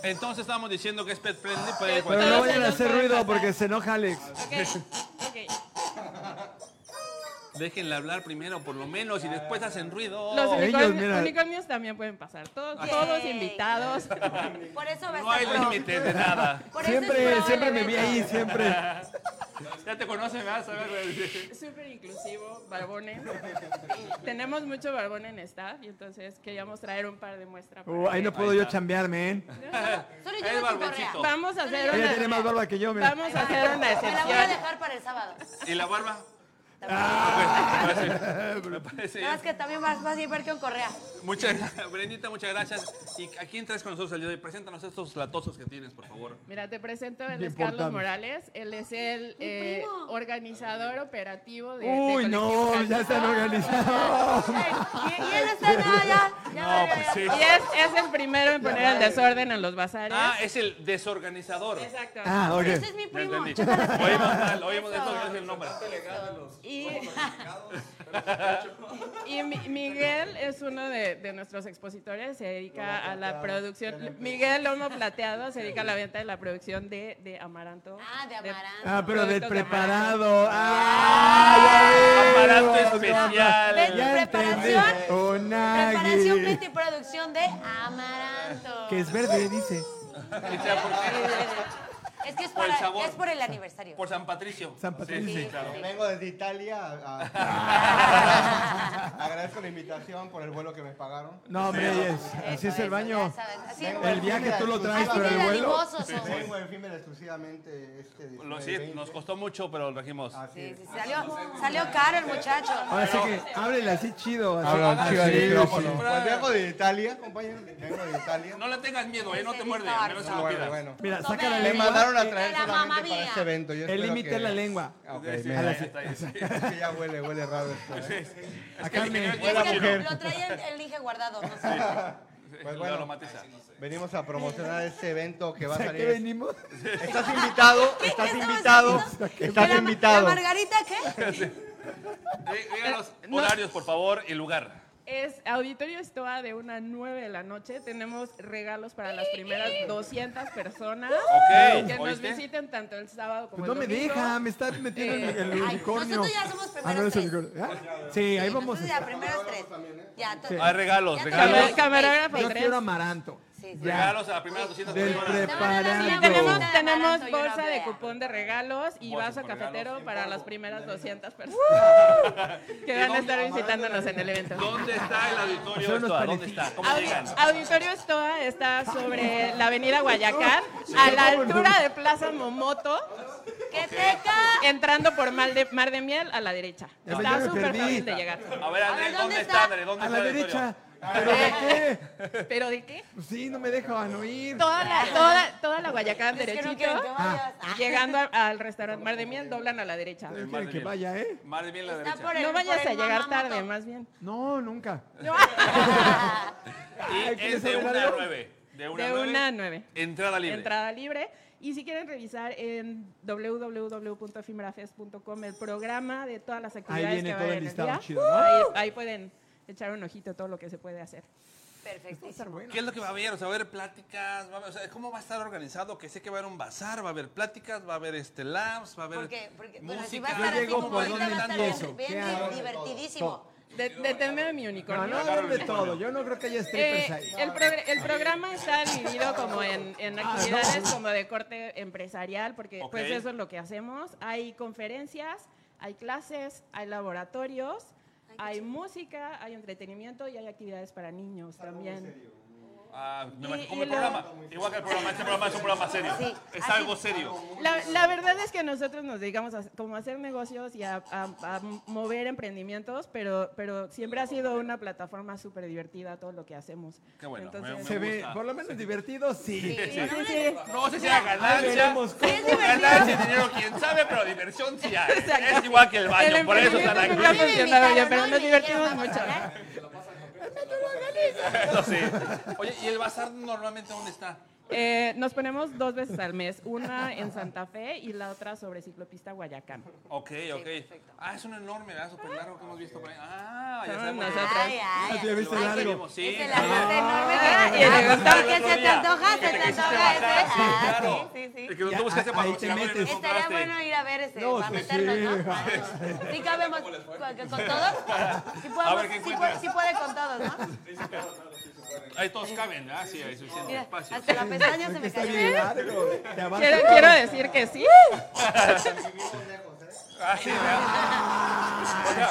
Speaker 2: Entonces estábamos diciendo que es pet friendly. Puede ir
Speaker 4: Pero
Speaker 5: Pero
Speaker 2: cualquiera.
Speaker 4: no
Speaker 5: Todos
Speaker 4: vayan a
Speaker 5: ellos
Speaker 4: hacer
Speaker 5: pueden
Speaker 4: ruido
Speaker 5: pasar.
Speaker 4: porque se enoja Alex.
Speaker 5: Ok, ok.
Speaker 2: Déjenla hablar primero, por lo menos, y después hacen ruido.
Speaker 5: Los
Speaker 4: Ellos,
Speaker 5: unicorn-
Speaker 4: mira.
Speaker 5: unicornios también pueden pasar. Todos,
Speaker 3: Yay.
Speaker 5: todos invitados.
Speaker 3: Por eso va
Speaker 2: No
Speaker 3: a
Speaker 2: hay
Speaker 3: estar pro.
Speaker 2: límites de nada.
Speaker 3: Por eso es pro
Speaker 4: Siempre,
Speaker 3: el
Speaker 4: siempre me vi
Speaker 3: evento.
Speaker 4: ahí, siempre.
Speaker 2: Ya te conocen, me vas a ver.
Speaker 5: Súper inclusivo, barbones. Tenemos mucho barbón en staff y entonces queríamos traer un par de muestras. para
Speaker 4: Uh, ahí
Speaker 5: que-
Speaker 4: no puedo yo chambearme, ¿eh?
Speaker 3: Solo yo
Speaker 2: Es
Speaker 3: no tengo
Speaker 2: barboncito.
Speaker 3: correa.
Speaker 5: Vamos a hacer
Speaker 4: Ella tiene más
Speaker 5: una,
Speaker 4: barba que yo, mira.
Speaker 5: vamos a hacer una
Speaker 3: Me la voy a
Speaker 5: excepción.
Speaker 3: dejar para el sábado.
Speaker 2: ¿Y la barba? Ok, me parece. Me parece
Speaker 3: Nada
Speaker 2: bien.
Speaker 3: más que también vas, vas a ir ver con correa.
Speaker 2: Muchas gracias, Brendita, muchas gracias. ¿Y a quién traes con nosotros el día de hoy? Preséntanos estos latosos que tienes, por favor.
Speaker 5: Mira, te presento, él es
Speaker 4: Importante.
Speaker 5: Carlos Morales, él es el eh, organizador operativo de... de
Speaker 4: Uy,
Speaker 5: Colectivo
Speaker 4: no,
Speaker 5: Cali.
Speaker 4: ya se han organizado.
Speaker 3: Y, y él está, no, pues ya. ya valió, ya.
Speaker 5: Y es, es el primero en poner el desorden en los bazares.
Speaker 2: Ah, es el desorganizador.
Speaker 5: Exacto.
Speaker 4: Ah,
Speaker 3: Ese
Speaker 4: ok.
Speaker 3: es mi
Speaker 2: Ya
Speaker 3: primo.
Speaker 2: entendí.
Speaker 3: Chécale.
Speaker 2: Oímos mal, oímos esto, no es el nombre.
Speaker 5: Y, y Mi- Miguel es uno de, de nuestros expositores, se dedica a la producción. Miguel Lomo Plateado se dedica a la venta y la producción de, de Amaranto.
Speaker 3: Ah, de amaranto.
Speaker 4: Ah, pero del
Speaker 5: Productos de
Speaker 4: preparado. Ah,
Speaker 2: Aparato
Speaker 4: ya veo.
Speaker 2: especial.
Speaker 3: Ven,
Speaker 2: Ya
Speaker 3: preparación.
Speaker 4: Onagi.
Speaker 3: Preparación, planta y producción de amaranto.
Speaker 4: Que es verde, dice.
Speaker 2: O sea, porque-
Speaker 3: Es que es,
Speaker 2: Por el
Speaker 3: para-
Speaker 2: sabor.
Speaker 3: es por el aniversario.
Speaker 2: por San Patricio.
Speaker 4: San Patricio.
Speaker 2: Sí, sí, claro.
Speaker 6: Vengo desde Italia. a- a- Agradezco la invitación por el vuelo que me pagaron.
Speaker 4: No, hombre, es- así es el baño. El
Speaker 6: día
Speaker 4: viaje tú lo traes,
Speaker 3: Así
Speaker 4: pero
Speaker 3: de
Speaker 4: el vuelo.
Speaker 3: animosos somos.
Speaker 6: Vengo en fin exclusivamente este
Speaker 2: Lo-
Speaker 6: 19,
Speaker 2: sí,
Speaker 6: 20.
Speaker 2: nos costó mucho, pero lo trajimos.
Speaker 4: Ah,
Speaker 6: Así
Speaker 3: Sí,
Speaker 6: es.
Speaker 3: sí, salió, salió caro el muchacho.
Speaker 4: Ahora sí que ábrele así chido. así.
Speaker 6: Habla
Speaker 4: Ah,
Speaker 6: chido al
Speaker 4: sí,
Speaker 6: micrófono.
Speaker 4: sí.
Speaker 6: Pues vengo de Italia, compañero. Vengo de Italia.
Speaker 2: No le tengas miedo, ¿eh? No te
Speaker 3: Ese
Speaker 2: muerde.
Speaker 3: bizarro.
Speaker 2: No se
Speaker 6: Ah,
Speaker 2: lo
Speaker 6: bueno,
Speaker 2: pidas.
Speaker 6: bueno.
Speaker 4: Mira,
Speaker 3: Punto
Speaker 4: saca la
Speaker 3: B.
Speaker 6: Me
Speaker 4: lengua.
Speaker 6: mandaron a
Speaker 3: De
Speaker 6: traer
Speaker 3: la mamá
Speaker 6: solamente para
Speaker 3: mía.
Speaker 6: este evento. Yo
Speaker 4: El
Speaker 6: espero
Speaker 4: límite
Speaker 6: que-
Speaker 4: es la lengua.
Speaker 6: Ah, ok,
Speaker 2: Sí, sí,
Speaker 6: me-
Speaker 2: ahí
Speaker 4: la-
Speaker 2: está, ahí está.
Speaker 6: es que ya huele, huele raro esto. ¿eh?
Speaker 2: Es que el
Speaker 4: Acá
Speaker 2: ingeniero
Speaker 3: Es
Speaker 2: tiene
Speaker 3: que
Speaker 2: mucho-
Speaker 3: lo, lo traía el, el Inge guardado, no sé.
Speaker 6: Pues
Speaker 2: Lo
Speaker 6: bueno.
Speaker 2: aromatiza.
Speaker 6: Venimos a promocionar este evento que va a
Speaker 4: ¿A qué
Speaker 6: salir.
Speaker 4: venimos?
Speaker 3: Pues
Speaker 6: Estás invitado,
Speaker 3: ¿Qué-
Speaker 6: estás
Speaker 3: qué estamos
Speaker 6: invitado,
Speaker 3: haciendo? ¿Que
Speaker 6: estás
Speaker 3: la-
Speaker 6: invitado.
Speaker 3: ¿La Margarita qué?
Speaker 2: Dí- Díganos
Speaker 5: No.
Speaker 2: horarios, por favor, y lugar.
Speaker 5: Es Auditorio Estoa de una 9 de la noche. Tenemos regalos para las primeras 200 personas.
Speaker 2: Ok,
Speaker 5: Que nos
Speaker 2: ¿oíste?
Speaker 5: visiten tanto el sábado como
Speaker 4: Pues no
Speaker 5: el
Speaker 4: me
Speaker 5: domingo.
Speaker 4: deja, me está metiendo en el
Speaker 3: Ay,
Speaker 4: unicornio.
Speaker 3: nosotros ya somos
Speaker 4: Ah, no,
Speaker 3: primeros
Speaker 4: es el
Speaker 3: tres.
Speaker 4: unicornio. ¿Ah? Sí, ahí vamos.
Speaker 3: Entonces, ya, primeros tres. Ya, entonces-
Speaker 2: Hay regalos,
Speaker 3: Ya te-
Speaker 2: regalos.
Speaker 5: Cámara- Camarógrafo
Speaker 4: Yo
Speaker 5: tres.
Speaker 4: quiero amaranto.
Speaker 3: Sí, sí.
Speaker 4: Ya.
Speaker 2: Regalos a las primeras 200
Speaker 4: Del
Speaker 2: personas.
Speaker 4: prep.
Speaker 5: Sí,
Speaker 4: Preparando.
Speaker 5: tenemos,
Speaker 4: Nada
Speaker 5: tenemos
Speaker 3: amaranto y una
Speaker 5: bolsa de
Speaker 3: brea.
Speaker 5: cupón de regalos y
Speaker 2: Bolsa
Speaker 5: vaso
Speaker 2: con regalos,
Speaker 5: cafetero
Speaker 2: sin
Speaker 5: para
Speaker 2: polvo.
Speaker 5: las primeras 200 personas que van a estar visitándonos en el evento.
Speaker 2: ¿Dónde está el auditorio?
Speaker 4: Son unos
Speaker 2: Estoa? ¿Dónde
Speaker 4: panecitos.
Speaker 2: está? ¿Cómo
Speaker 5: Audi-
Speaker 2: llegan?
Speaker 5: Auditorio Estoa está sobre la avenida Guayacán, a la altura de Plaza Momoto,
Speaker 3: ¡Que te ca-
Speaker 5: entrando por Mar de, Mar de Miel a la derecha.
Speaker 4: Ya me- ya
Speaker 5: Está
Speaker 4: me
Speaker 5: súper
Speaker 4: perdí.
Speaker 5: fácil de llegar.
Speaker 2: A ver, Andrés,
Speaker 3: ¿dónde
Speaker 2: ¿dónde
Speaker 3: está?
Speaker 2: está? Andrés? ¿Dónde
Speaker 4: A
Speaker 2: está
Speaker 4: la
Speaker 2: el auditorio?
Speaker 4: derecha.
Speaker 3: Ah.
Speaker 4: ¿Pero de qué?
Speaker 5: ¿Pero de qué?
Speaker 4: Pues Sí, no me dejaban oír.
Speaker 5: Toda la, toda, toda la Guayacán
Speaker 3: Es que no
Speaker 5: derechito,
Speaker 3: quieren que vayas.
Speaker 5: llegando a- al restaurante Mar de Miel, doblan a la derecha.
Speaker 4: No
Speaker 2: Mar de
Speaker 4: quieren que
Speaker 2: Miel.
Speaker 4: vaya, ¿eh?
Speaker 2: Más bien la
Speaker 3: Está
Speaker 2: derecha.
Speaker 3: por el-
Speaker 5: No vayas
Speaker 3: por
Speaker 5: a
Speaker 3: el
Speaker 5: llegar
Speaker 3: Mamamoto.
Speaker 5: tarde, más bien.
Speaker 4: No, nunca.
Speaker 2: Y
Speaker 4: Ay, ¿quieres
Speaker 2: es de
Speaker 4: saber
Speaker 2: 1 a
Speaker 4: algo?
Speaker 2: 9. De 1 a
Speaker 5: De una
Speaker 2: 9.
Speaker 5: a nueve.
Speaker 2: Entrada libre.
Speaker 5: Entrada libre. Y si quieren revisar en www.efimbrafest.com el programa de todas las actividades
Speaker 4: viene
Speaker 5: que va a
Speaker 4: todo
Speaker 5: haber
Speaker 4: el
Speaker 5: en
Speaker 4: listado
Speaker 5: día.
Speaker 4: chido, ¿no?
Speaker 5: Ahí, ahí pueden echar un ojito a todo lo que se puede hacer.
Speaker 3: Perfectísimo.
Speaker 2: ¿Qué es lo que va a haber? O sea, va a haber pláticas, va a haber- o sea, ¿cómo va a estar organizado? Que sé que va a haber un bazar, va a haber pláticas, va a haber este labs, va a haber
Speaker 3: Porque, porque bueno, si va a
Speaker 2: música.
Speaker 3: estar así
Speaker 4: llego
Speaker 3: como
Speaker 4: por
Speaker 3: ahorita,
Speaker 4: donde
Speaker 3: va a estar
Speaker 4: empiezo.
Speaker 3: bien, bien
Speaker 4: ¿Qué hago?
Speaker 3: divertidísimo.
Speaker 5: De, deténme mi
Speaker 4: No,
Speaker 5: unicornio.
Speaker 4: no, hablen de todo. Yo no creo que haya
Speaker 5: Eh,
Speaker 4: strippers ahí.
Speaker 5: el, progr- el programa está dividido como en, en
Speaker 4: Ah,
Speaker 5: actividades
Speaker 4: no.
Speaker 5: como de corte empresarial, porque
Speaker 2: Ok.
Speaker 5: pues eso es lo que hacemos. Hay conferencias, hay clases, hay laboratorios, hay música, hay entretenimiento y hay actividades para niños también.
Speaker 2: Ah, me imagino,
Speaker 5: Y-
Speaker 2: como
Speaker 5: y
Speaker 2: el
Speaker 5: luego-
Speaker 2: programa. Igual que el programa, este programa es un programa serio.
Speaker 3: Sí,
Speaker 2: Es
Speaker 3: así-
Speaker 2: algo serio.
Speaker 5: La, la verdad es que nosotros nos dedicamos a como a hacer negocios y a, a- a mover emprendimientos, pero, pero siempre ha sido una plataforma súper divertida todo lo que hacemos.
Speaker 2: Qué bueno, me-
Speaker 5: Entonces,
Speaker 4: Se ve,
Speaker 2: gusta.
Speaker 4: por lo menos divertido, sí.
Speaker 3: Sí, bueno,
Speaker 5: sí, sí.
Speaker 2: No sé si era
Speaker 4: Ahí
Speaker 2: ganancia.
Speaker 4: veremos
Speaker 3: Sí, es divertido.
Speaker 2: Ganancia, dinero, quién sabe, pero diversión sí hay. Es igual que el baño, por eso están aquí.
Speaker 5: emprendimiento nunca
Speaker 3: A mí me
Speaker 5: funcionado bien,
Speaker 3: invitaron,
Speaker 5: pero
Speaker 3: ¿no? Y me
Speaker 5: nos
Speaker 3: dijeron,
Speaker 5: divertimos
Speaker 3: "Vamos a
Speaker 5: mucho".
Speaker 3: hablar".
Speaker 2: Eso sí. Oye, ¿y el bazar normalmente dónde está?
Speaker 5: Eh, nos ponemos dos veces al mes, una en Santa Fe y la otra sobre Ciclopista Guayacán.
Speaker 2: Ok, ok.
Speaker 3: perfecto.
Speaker 2: Ah, es un enorme, ¿verdad? Súper largo que hemos visto por ahí. Ah, ya
Speaker 5: Ah,
Speaker 2: sabemos.
Speaker 5: nosotros.
Speaker 3: Ay, ay,
Speaker 4: Así de vista
Speaker 2: Ay,
Speaker 4: largo.
Speaker 2: seguimos, sí.
Speaker 3: Es el azote enorme que
Speaker 5: Ah, y el
Speaker 3: Ah,
Speaker 5: azote
Speaker 3: porque
Speaker 2: otro
Speaker 3: se te
Speaker 2: día.
Speaker 3: antoja, se
Speaker 2: Que te
Speaker 3: te
Speaker 2: quisiste
Speaker 3: antoja ese.
Speaker 2: bajar, sí,
Speaker 3: Ah,
Speaker 2: claro.
Speaker 3: sí,
Speaker 2: El que
Speaker 3: sí, sí.
Speaker 2: nos tuvimos que hacer
Speaker 4: ahí te
Speaker 2: patrocinador y
Speaker 4: metes.
Speaker 2: nos
Speaker 3: Estaría bueno
Speaker 2: compraste.
Speaker 3: ir a ver ese,
Speaker 4: No,
Speaker 3: para
Speaker 4: sí,
Speaker 3: meternos,
Speaker 4: sí.
Speaker 3: ¿no? Vamos. Sí cabemos con, con todos. Sí, podemos,
Speaker 2: ¿qué
Speaker 3: sí pu-
Speaker 2: encuentras?
Speaker 3: sí puede con todos, ¿no?
Speaker 2: Ahí todos caben, ¿verdad? Sí, hay suficiente
Speaker 3: Mira,
Speaker 2: espacio.
Speaker 3: hasta la pestaña se
Speaker 4: Porque
Speaker 3: me
Speaker 4: está
Speaker 3: cayó.
Speaker 4: bien largo. Te avanza
Speaker 5: Quiero,
Speaker 4: todo.
Speaker 5: quiero decir que sí.
Speaker 2: Ah, sí, ¿verdad? O sea,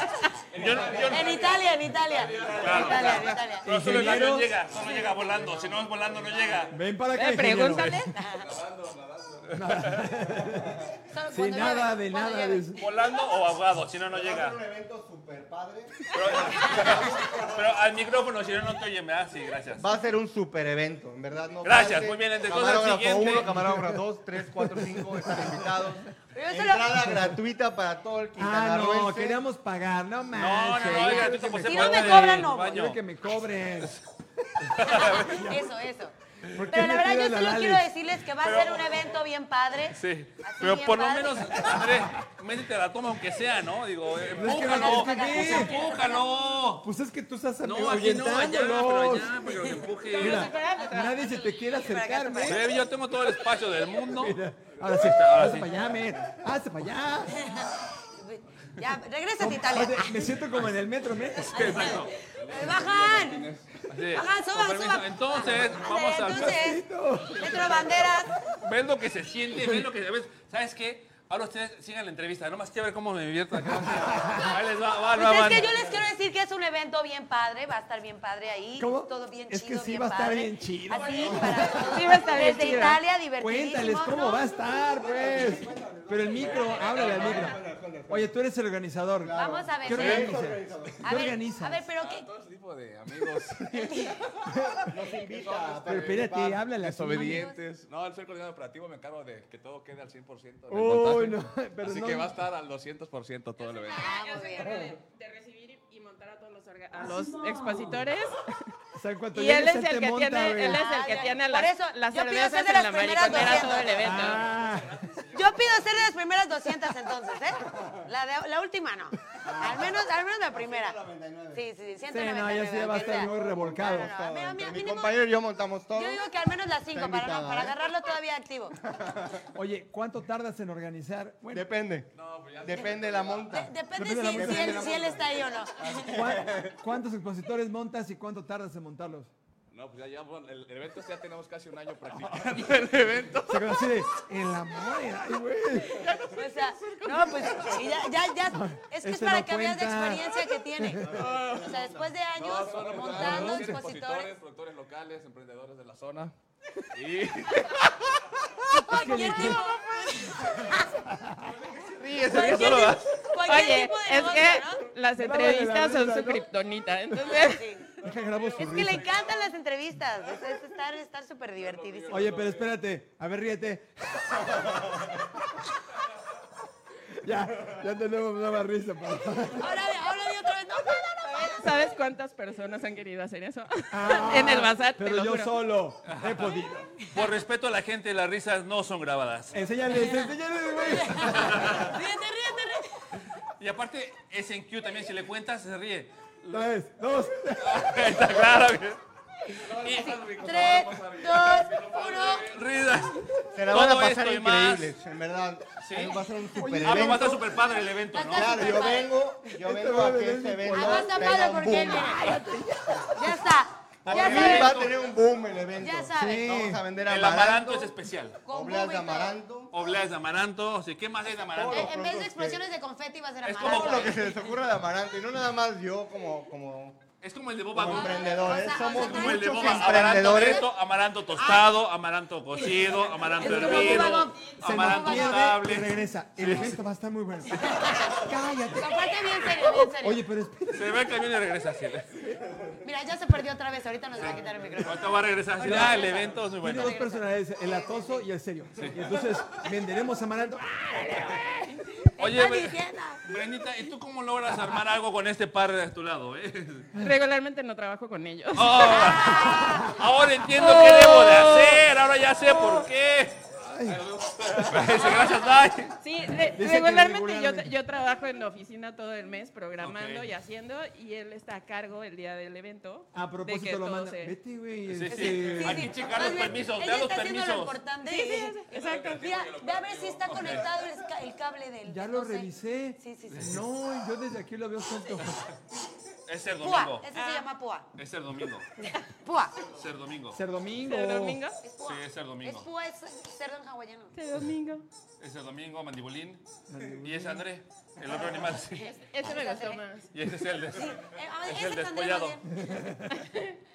Speaker 2: yo, no- yo no-
Speaker 3: En Italia, en Italia. en Italia, en Italia.
Speaker 2: no, solo el
Speaker 4: Ingeniero.
Speaker 2: avión llega, solo llega volando. Si no es volando, no llega.
Speaker 4: Ven para acá.
Speaker 5: Eh,
Speaker 4: ingeniero. Ah,
Speaker 5: pregúntale.
Speaker 3: Solo
Speaker 4: Sí,
Speaker 3: cuando
Speaker 4: nada
Speaker 3: llueve,
Speaker 4: de
Speaker 3: cuando
Speaker 4: nada.
Speaker 3: llueve.
Speaker 4: dice.
Speaker 2: Volando o ahogado, si no, no
Speaker 6: Va a
Speaker 2: llega.
Speaker 6: ser un evento super padre.
Speaker 2: Pero, pero al micrófono, si no, no te oye, me da, sí, gracias.
Speaker 6: Va a ser un super evento, en verdad. No
Speaker 2: Gracias,
Speaker 6: falte.
Speaker 2: muy bien, entonces, al
Speaker 6: Camarógrafo
Speaker 2: siguiente.
Speaker 6: 1, camarógrafo 2, 3, 4, 5 están invitados.
Speaker 3: Pero yo solo-
Speaker 6: Entrada gratuita para todo el
Speaker 4: Ah, no,
Speaker 6: quintanarroense.
Speaker 4: queríamos pagar, no
Speaker 2: No,
Speaker 4: manches.
Speaker 2: no, no,
Speaker 4: Yo
Speaker 2: oiga,
Speaker 4: quiero
Speaker 2: tú
Speaker 4: que
Speaker 2: como
Speaker 4: me-
Speaker 2: se
Speaker 3: Si no me
Speaker 2: puede,
Speaker 3: cobran, no.
Speaker 2: baño.
Speaker 4: quiero que me cobren.
Speaker 3: Eso, eso.
Speaker 4: ¿Por qué
Speaker 3: Pero la
Speaker 4: me
Speaker 3: verdad,
Speaker 4: tiran
Speaker 3: yo
Speaker 4: a
Speaker 3: solo
Speaker 4: Lali?
Speaker 3: quiero decirles que va a ser un evento bien padre.
Speaker 2: Sí,
Speaker 3: Así
Speaker 2: pero
Speaker 3: bien
Speaker 2: por lo
Speaker 3: padre.
Speaker 2: menos, Andrés, métete a la toma aunque sea, ¿no? Digo, empújalo,
Speaker 4: no tienes que
Speaker 2: pues
Speaker 4: ver.
Speaker 2: empújalo.
Speaker 4: Pues es que tú estás
Speaker 2: No, aquí no, allá, pero
Speaker 4: ahuyentándolos.
Speaker 2: allá, pero que empuje.
Speaker 4: Mira, nadie se te quiere acercar,
Speaker 2: Sí,
Speaker 4: men.
Speaker 2: yo tengo todo el espacio del mundo.
Speaker 4: Ahora sí,
Speaker 2: Ahora
Speaker 4: hazte
Speaker 2: sí.
Speaker 4: para allá, men. Hazte para allá.
Speaker 3: Ya, regrésate a Italia.
Speaker 4: Oye, me siento como en el metro, metro.
Speaker 2: Exacto.
Speaker 3: Eh, ¡Bajan!
Speaker 2: Así de,
Speaker 3: ¡Bajan,
Speaker 2: con
Speaker 3: suban,
Speaker 2: permiso.
Speaker 3: suban!
Speaker 2: Entonces,
Speaker 3: Ándale,
Speaker 2: vamos a...
Speaker 3: Entonces, Metro Banderas.
Speaker 2: Ves lo que se siente, ves lo que... ves- ¿Sabes qué? Ahora ustedes sigan la entrevista. Nomás quiero ver cómo me divierto acá. Ahí les va, va,
Speaker 3: Pues
Speaker 2: va,
Speaker 3: es
Speaker 2: va.
Speaker 3: que yo les quiero decir que es un evento bien padre, va a estar bien padre ahí,
Speaker 4: ¿Cómo?
Speaker 3: todo bien
Speaker 4: Es que
Speaker 3: chido,
Speaker 4: sí
Speaker 3: bien
Speaker 4: va a estar
Speaker 3: padre.
Speaker 4: bien chido.
Speaker 3: Así para todos.
Speaker 5: Sí va a estar bien
Speaker 3: Desde
Speaker 5: chido.
Speaker 3: Italia, divertidísimo.
Speaker 4: Cuéntales cómo
Speaker 3: ¿no?
Speaker 4: va a estar, pues. Pero el micro, háblale al micro. Oye, tú eres el organizador.
Speaker 3: Vamos a ver.
Speaker 4: ¿Qué
Speaker 3: sí.
Speaker 4: organizas?
Speaker 3: A
Speaker 4: ¿Qué
Speaker 3: ver,
Speaker 4: organizas?
Speaker 3: a ver, pero qué,
Speaker 7: Todo ese tipo de amigos
Speaker 6: Nos invita.
Speaker 4: Pero espérate, háblale así.
Speaker 7: desobedientes. No, al ser coordinador operativo me encargo de que todo quede al 100%. en el
Speaker 4: Uy,
Speaker 7: montaje.
Speaker 4: no, pero
Speaker 7: Así
Speaker 4: no-
Speaker 7: que va a estar al 200% todo el evento.
Speaker 3: Ah,
Speaker 5: Yo
Speaker 3: muy
Speaker 5: soy
Speaker 3: bien.
Speaker 5: encargada de, de recibir y montar a todos los, orga- a los expositores.
Speaker 4: O sea, en cuanto
Speaker 5: Y él
Speaker 4: llegues,
Speaker 5: es
Speaker 4: te
Speaker 5: el que
Speaker 4: monta,
Speaker 5: tiene,
Speaker 4: güey.
Speaker 5: él es el
Speaker 3: Ah,
Speaker 5: que
Speaker 3: ya.
Speaker 5: tiene
Speaker 3: Por
Speaker 5: las,
Speaker 3: eso,
Speaker 5: las
Speaker 3: yo pido
Speaker 5: cervezas
Speaker 3: ser de
Speaker 5: en
Speaker 3: las
Speaker 5: la
Speaker 3: primeras
Speaker 5: mariconera todo el
Speaker 3: 200.
Speaker 5: evento.
Speaker 4: Ah,
Speaker 3: Yo pido ser de las primeras 200 entonces, ¿eh? La, de- la última no. Al menos, al menos la primera. Sí, sí, sí, 199.
Speaker 4: Sí, no, ya sí ya va a estar
Speaker 3: aunque
Speaker 4: muy
Speaker 3: sea.
Speaker 4: revolcado.
Speaker 3: No, no, no, mira, mira,
Speaker 6: Mi
Speaker 3: mínimo,
Speaker 6: compañero y yo montamos todo.
Speaker 3: yo digo que al menos las 5 para, no-
Speaker 6: invitada,
Speaker 3: para
Speaker 6: ¿eh?
Speaker 3: agarrarlo todavía activo.
Speaker 4: Oye, ¿cuánto tardas en organizar? Bueno,
Speaker 6: Depende.
Speaker 2: pues
Speaker 6: Depende de la monta.
Speaker 3: Depende,
Speaker 4: Depende de la
Speaker 3: si- si,
Speaker 4: música.
Speaker 3: él, si él está ahí o no.
Speaker 4: ¿cuá- ¿cuántos expositores montas y cuánto tardas en montarlos?
Speaker 7: No, pues ya llevamos, el, el evento ya tenemos casi un año practicando el evento.
Speaker 4: O sea, como así de, en la moneda, ay, güey.
Speaker 3: O sea, no, pues y ya, ya, ya. Es que es
Speaker 4: Ese
Speaker 3: para
Speaker 4: no
Speaker 3: que veas la
Speaker 4: cuenta.
Speaker 3: experiencia que tiene. O sea, después de años montando expositores,
Speaker 7: productores locales, emprendedores de la zona. Y
Speaker 3: cualquier tipo,
Speaker 7: ríe,
Speaker 3: cualquier tipo,
Speaker 4: Ah.
Speaker 3: cualquier
Speaker 5: Oye,
Speaker 3: tipo de
Speaker 5: es
Speaker 3: negocio,
Speaker 5: que
Speaker 3: ¿no?
Speaker 5: las
Speaker 4: No vale la
Speaker 5: entrevistas son
Speaker 4: risa,
Speaker 5: su
Speaker 4: ¿no?
Speaker 5: kriptonita, entonces...
Speaker 4: Deja grabo su
Speaker 3: Es que le
Speaker 4: risa.
Speaker 3: encantan las entrevistas. Es, es estar estar súper divertidísimo.
Speaker 4: Oye, pero espérate, a ver, ríete. ya, ya tenemos nueva risa. papá.
Speaker 3: Ahora, ve- ahora vi otra vez. No, no, no, no.
Speaker 5: ¿Sabes cuántas personas han querido hacer eso? en el bazar, te
Speaker 4: Ah, Pero
Speaker 5: lo
Speaker 4: yo
Speaker 5: juro.
Speaker 4: solo Eh, pues, he podido.
Speaker 2: Por respeto a la gente, las risas no son grabadas.
Speaker 4: Enséñales, enséñales, güey.
Speaker 3: Ríete, ríete, ríete.
Speaker 2: Y aparte, es en Q también, si le cuentas, se ríe.
Speaker 4: Tres, dos.
Speaker 2: Está claro.
Speaker 3: Tres, dos, uno.
Speaker 2: Risas.
Speaker 6: Se la van a
Speaker 2: Todo
Speaker 6: pasar
Speaker 2: esto y más.
Speaker 6: increíbles, en verdad.
Speaker 2: Sí.
Speaker 6: Va a ser un super
Speaker 2: Ah, pero va a estar
Speaker 6: evento.
Speaker 2: súper padre el evento, ¿no?
Speaker 3: Va a estar
Speaker 6: Claro, yo
Speaker 3: padre.
Speaker 6: vengo, yo vengo
Speaker 4: va a
Speaker 6: a que
Speaker 4: tener
Speaker 6: este
Speaker 4: un
Speaker 6: evento
Speaker 3: Ah, va a estar
Speaker 6: tenga
Speaker 3: padre
Speaker 6: un
Speaker 3: porque él
Speaker 6: boom.
Speaker 3: viene. Ya está. Ya
Speaker 6: Por mí va a
Speaker 3: sabes.
Speaker 6: tener un boom el evento.
Speaker 3: Ya sabes.
Speaker 6: Vamos a vender
Speaker 2: El
Speaker 6: amaranto,
Speaker 2: amaranto es especial.
Speaker 3: Con
Speaker 6: obleas de
Speaker 3: público.
Speaker 6: amaranto.
Speaker 2: Obleas de amaranto. o sea, ¿Qué más hay de amaranto?
Speaker 3: Eh, En vez de explosiones de confeti va a ser
Speaker 2: Es
Speaker 3: amaranto.
Speaker 2: como
Speaker 6: Todo lo que se les ocurra de amaranto. Y no nada más yo como, como
Speaker 2: Es como el de Boba Gump.
Speaker 6: emprendedores.
Speaker 3: o sea,
Speaker 6: Somos
Speaker 3: o sea,
Speaker 2: Como el de
Speaker 6: muchos
Speaker 2: Boba Amaranto
Speaker 6: emprendedores.
Speaker 2: esto, amaranto tostado, amaranto cocido, amaranto
Speaker 3: Es como Boba
Speaker 2: hervido,
Speaker 3: Gump.
Speaker 4: Se nos
Speaker 2: amaranto
Speaker 4: pierde y
Speaker 2: estable.
Speaker 4: regresa. El evento va a estar muy bueno. Cállate.
Speaker 3: Comparte bien serio, bien serio.
Speaker 4: Oye, pero espérate.
Speaker 2: Se ve el camión y regresa así.
Speaker 3: Mira, ya se perdió otra vez. Ahorita nos va a quitar el micrófono.
Speaker 2: ¿Cuánto va a regresar así? Ah, el evento es muy
Speaker 4: Tiene
Speaker 2: bueno.
Speaker 4: dos personalidades, el atoso y el serio. Y entonces venderemos amaranto. Ah,
Speaker 2: Oye,
Speaker 3: Estás
Speaker 2: Bre-
Speaker 3: diciendo.
Speaker 2: Brendita, ¿y tú cómo logras armar algo con este par de a tu lado? eh?
Speaker 5: Regularmente no trabajo con ellos.
Speaker 4: Oh.
Speaker 2: Ah, ahora entiendo qué
Speaker 3: Oh.
Speaker 2: debo de hacer, ahora ya sé por qué. Gracias, Dai.
Speaker 5: Sí, re-
Speaker 4: que
Speaker 5: regularmente yo,
Speaker 4: regularmente.
Speaker 5: yo trabajo en la oficina todo el mes programando
Speaker 2: Ok.
Speaker 5: y haciendo y él está a cargo el día del evento.
Speaker 4: A
Speaker 5: de que
Speaker 4: propósito lo
Speaker 5: todo
Speaker 4: manda.
Speaker 5: se-
Speaker 4: Vete, güey.
Speaker 2: Sí, sí.
Speaker 4: este,
Speaker 2: Hay que checar los
Speaker 3: Más bien,
Speaker 2: permisos,
Speaker 3: Ella
Speaker 2: vean los
Speaker 3: está haciendo lo
Speaker 2: permisos.
Speaker 3: importante.
Speaker 5: Exacto.
Speaker 3: Mira, ve a ver si está conectado el, ca- el cable del.
Speaker 4: Ya
Speaker 3: del
Speaker 4: lo
Speaker 3: no sé.
Speaker 4: revisé.
Speaker 3: Sí, sí, sí.
Speaker 4: No, yo desde aquí lo veo suelto.
Speaker 2: Es el
Speaker 3: Púa,
Speaker 2: domingo. Ah.
Speaker 3: ese se llama Púa.
Speaker 2: Es el domingo.
Speaker 3: Púa.
Speaker 2: Ser domingo.
Speaker 4: Ser domingo.
Speaker 5: ¿El domingo?
Speaker 3: Es Púa.
Speaker 2: Sí, es el domingo.
Speaker 3: Es Púa, es cerdo en hawaiano.
Speaker 5: Este domingo.
Speaker 2: Es el domingo, mandibulín. Y es André, el otro animal. sí.
Speaker 5: Ese me gustó
Speaker 3: Ándale.
Speaker 5: más.
Speaker 2: Y ese es el des-
Speaker 3: Eh, ah,
Speaker 2: Es
Speaker 3: ese
Speaker 2: el
Speaker 3: es Andrés
Speaker 2: despollado.
Speaker 3: Manuel.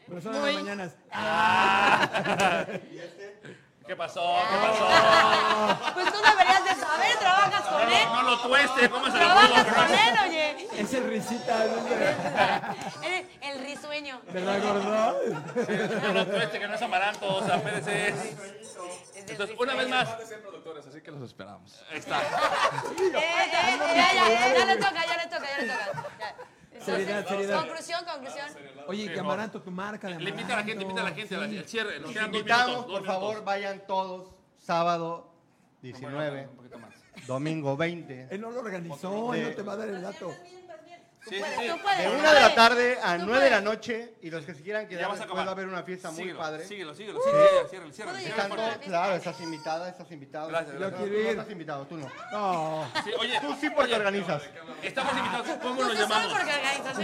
Speaker 4: Pero son en las
Speaker 5: Muy-
Speaker 4: mañanas.
Speaker 2: Ah.
Speaker 7: este?
Speaker 2: ¿Qué pasó? ¿Qué pasó?
Speaker 3: Pues tú deberías de saber, trabajas con él.
Speaker 2: No lo tueste, ¿cómo se lo
Speaker 3: Trabajas
Speaker 2: pudo?
Speaker 3: con él, oye.
Speaker 4: Es el risita. ¿no? ¿Verdad,
Speaker 3: Eres el risueño.
Speaker 4: gordo?
Speaker 2: No lo tueste, que no es amaranto, o sea, espérese.
Speaker 3: Es el
Speaker 2: Entonces, una vez más,
Speaker 7: de ser productores, así que los esperamos.
Speaker 2: ahí está.
Speaker 3: Eh, eh, ya, ya, ya le toca, ya le toca, ya le toca. Ya. Entonces,
Speaker 4: Seriedad, seriedad.
Speaker 3: Conclusión, conclusión.
Speaker 4: Oye, que amaranto, tu marca de
Speaker 2: Le invita a la gente, invita a la
Speaker 4: amaranto.
Speaker 2: gente al cierre. Nos
Speaker 6: Los
Speaker 2: quedan dos
Speaker 6: invitamos,
Speaker 2: minutos.
Speaker 6: por favor, vayan todos. Sábado 19, domingo 20.
Speaker 4: Él no lo organizó, él no te va a dar el dato.
Speaker 2: Sí, sí,
Speaker 8: Puedes,
Speaker 2: sí.
Speaker 8: tú puedes,
Speaker 6: De
Speaker 8: tú
Speaker 6: una de la
Speaker 8: puedes,
Speaker 6: tarde a
Speaker 8: tú
Speaker 6: nueve de la
Speaker 8: puedes.
Speaker 6: noche y los que se quieran
Speaker 2: Ya
Speaker 6: quedar
Speaker 2: vas a
Speaker 6: después
Speaker 2: acabar.
Speaker 6: va a haber una fiesta muy
Speaker 2: Síguelo,
Speaker 6: padre.
Speaker 2: Síguelo, síguelo, síguelo, cierra, cierra,
Speaker 8: Puedo
Speaker 2: cierra.
Speaker 8: llegar
Speaker 6: Están
Speaker 8: por
Speaker 6: todos-
Speaker 8: la
Speaker 6: claro, estás invitada, estás invitado.
Speaker 2: Gracias,
Speaker 6: No,
Speaker 2: gracias.
Speaker 6: tú no estás invitado, tú no.
Speaker 4: No.
Speaker 2: Sí, oye,
Speaker 6: Tú sí porque
Speaker 2: oye,
Speaker 6: organizas.
Speaker 2: Estamos invitados. ¿Cómo nos
Speaker 3: Justo solo
Speaker 2: llamamos?
Speaker 3: porque organización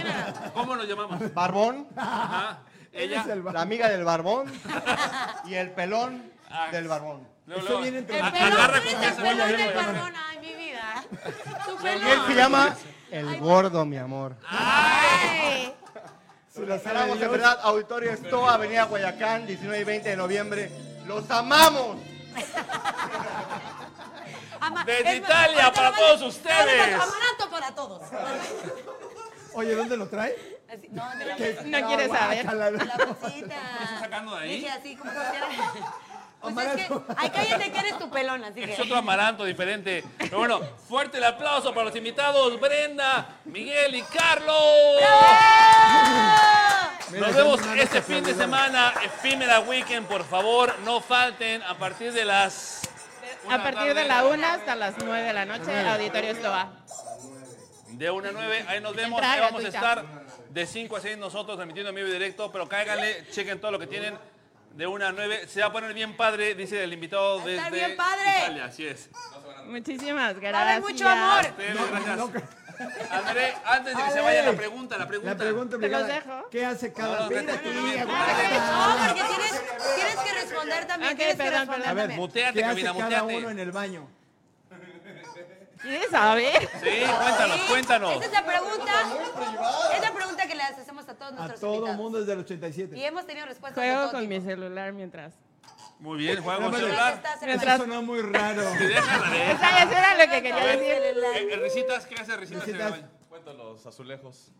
Speaker 3: era.
Speaker 2: ¿Cómo nos llamamos?
Speaker 6: Barbón,
Speaker 2: Ajá. Ella.
Speaker 4: Eres el ba-
Speaker 6: la amiga del barbón y el pelón
Speaker 2: Ah,
Speaker 6: del barbón.
Speaker 2: luego,
Speaker 4: Estoy
Speaker 2: luego.
Speaker 4: bien entre-
Speaker 3: El
Speaker 2: A-
Speaker 3: pelón,
Speaker 2: agarra
Speaker 3: tú eres
Speaker 2: con
Speaker 3: el
Speaker 2: esa huella,
Speaker 3: pelón del
Speaker 2: huella.
Speaker 3: barbón. Ay, mi vida. Tu
Speaker 6: Y él se
Speaker 3: pelón.
Speaker 6: llama el gordo, mi amor.
Speaker 3: Ay.
Speaker 4: Se la sabe
Speaker 6: Esperamos en
Speaker 4: Dios.
Speaker 6: verdad, Auditorio Estoa, Avenida Guayacán, 19 y 20 de noviembre. ¡Los amamos!
Speaker 3: Ama-
Speaker 2: Desde
Speaker 3: es-
Speaker 2: Italia,
Speaker 3: ahorita
Speaker 2: para
Speaker 3: lo
Speaker 2: todos
Speaker 3: mandas-
Speaker 2: ustedes.
Speaker 3: ahorita Amaranto para todos.
Speaker 4: Oye, ¿dónde lo trae?
Speaker 3: Así, no, de la bolsita.
Speaker 5: No quieres saber.
Speaker 4: Guácala.
Speaker 3: La bolsita.
Speaker 2: estás sacando de ahí?
Speaker 3: Dije así, como si fuera. Pues es que,
Speaker 4: Amaranto.
Speaker 3: ay, cállate que eres tu pelón, así que.
Speaker 2: Es otro amaranto diferente. Pero bueno, fuerte el aplauso para los invitados Brenda, Miguel y Carlos. Nos vemos este fin de semana, efímera weekend, por favor, no falten a partir de las...
Speaker 5: A partir de la una hasta las nueve de la noche, Auditorio Estoa.
Speaker 2: De 1 a 9, ahí nos vemos.
Speaker 5: Entrada
Speaker 2: Ahí vamos a
Speaker 5: gratuita.
Speaker 2: estar de 5 a 6 nosotros transmitiendo en vivo y directo, pero cáiganle, chequen todo lo que tienen. De 1 a 9, se va a poner bien padre, dice el invitado
Speaker 3: Va a
Speaker 2: desde
Speaker 3: estar bien padre.
Speaker 2: Italia, así es.
Speaker 5: Muchísimas gracias.
Speaker 3: Va a haber mucho amor.
Speaker 2: Ustedes, gracias. André, antes de que se vaya la pregunta, la pregunta.
Speaker 4: La pregunta
Speaker 5: Te los
Speaker 4: obligada,
Speaker 5: dejo.
Speaker 4: ¿Qué hace cada
Speaker 2: No, no,
Speaker 4: Mira,
Speaker 2: vete tú,
Speaker 4: tía,
Speaker 2: vete tú.
Speaker 3: Ah, No, porque tienes, tienes que responder también.
Speaker 5: Ok,
Speaker 3: tienes que
Speaker 5: perdón,
Speaker 3: responder
Speaker 5: perdón. A ver,
Speaker 3: también.
Speaker 2: Muteate,
Speaker 4: ¿Qué hace
Speaker 2: Camila,
Speaker 4: cada uno
Speaker 2: muteate.
Speaker 4: en el baño?
Speaker 5: ¿Quieres saber?
Speaker 2: Sí, cuéntanos,
Speaker 3: Sí,
Speaker 2: cuéntanos.
Speaker 3: Esa es la pregunta. Es la pregunta que le hacemos a todos
Speaker 4: A
Speaker 3: nuestros
Speaker 4: todo
Speaker 3: invitados.
Speaker 4: mundo desde el
Speaker 3: Y
Speaker 4: 87.
Speaker 3: hemos tenido respuestas de
Speaker 5: Juego
Speaker 3: todo
Speaker 5: con mi
Speaker 3: tipo.
Speaker 5: celular mientras.
Speaker 2: Muy bien, juega con
Speaker 4: Pero, pero,
Speaker 2: celular.
Speaker 3: Estás en
Speaker 5: Mientras-
Speaker 4: Eso sonó muy raro.
Speaker 2: Y déjala de-
Speaker 5: O sea, eso era lo que
Speaker 2: A
Speaker 5: quería
Speaker 2: ver,
Speaker 5: decir.
Speaker 2: eh, eh, Risitas, ¿qué hace Risitas en el
Speaker 4: Risitas.
Speaker 2: baño?
Speaker 9: Cuento los azulejos.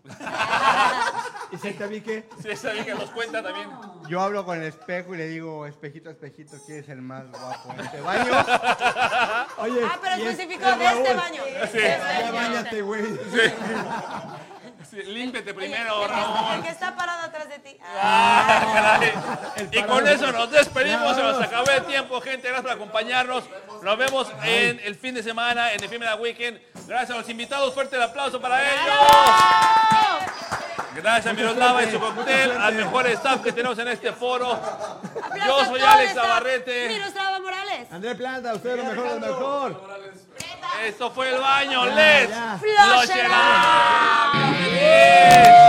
Speaker 4: Y se te vi que
Speaker 2: Sí, está bien que nos cuenta también.
Speaker 6: Yo hablo con el espejo y le digo, espejito, espejito, ¿quién es el más guapo en este baño?
Speaker 4: Oye,
Speaker 3: Ah, pero
Speaker 4: y es-
Speaker 3: especificó
Speaker 4: es
Speaker 3: de este
Speaker 4: Raúl.
Speaker 3: baño.
Speaker 4: Ya bañate, güey.
Speaker 2: Sí, límpete
Speaker 3: Oye,
Speaker 2: primero,
Speaker 3: el que-
Speaker 2: Raúl.
Speaker 3: El que está parado atrás de ti.
Speaker 2: Ah, caray.
Speaker 4: El
Speaker 2: Y con
Speaker 4: parado.
Speaker 2: eso nos despedimos, se nos
Speaker 4: Vámonos.
Speaker 2: acabó el tiempo, gente. Gracias por acompañarnos. Nos vemos en el fin de semana, en Efímera Weekend. Gracias a los invitados, fuerte el aplauso para ellos. Gracias a Miroslava y su cóctel, al mejor staff que tenemos en este foro. Yo soy Alex Navarrete.
Speaker 3: Miroslava Morales.
Speaker 4: André Planta, usted es lo mejor de lo mejor.
Speaker 2: Esto fue el baño, Les.
Speaker 4: ya.
Speaker 2: Flusherá.
Speaker 3: Flusherá.
Speaker 2: Yes.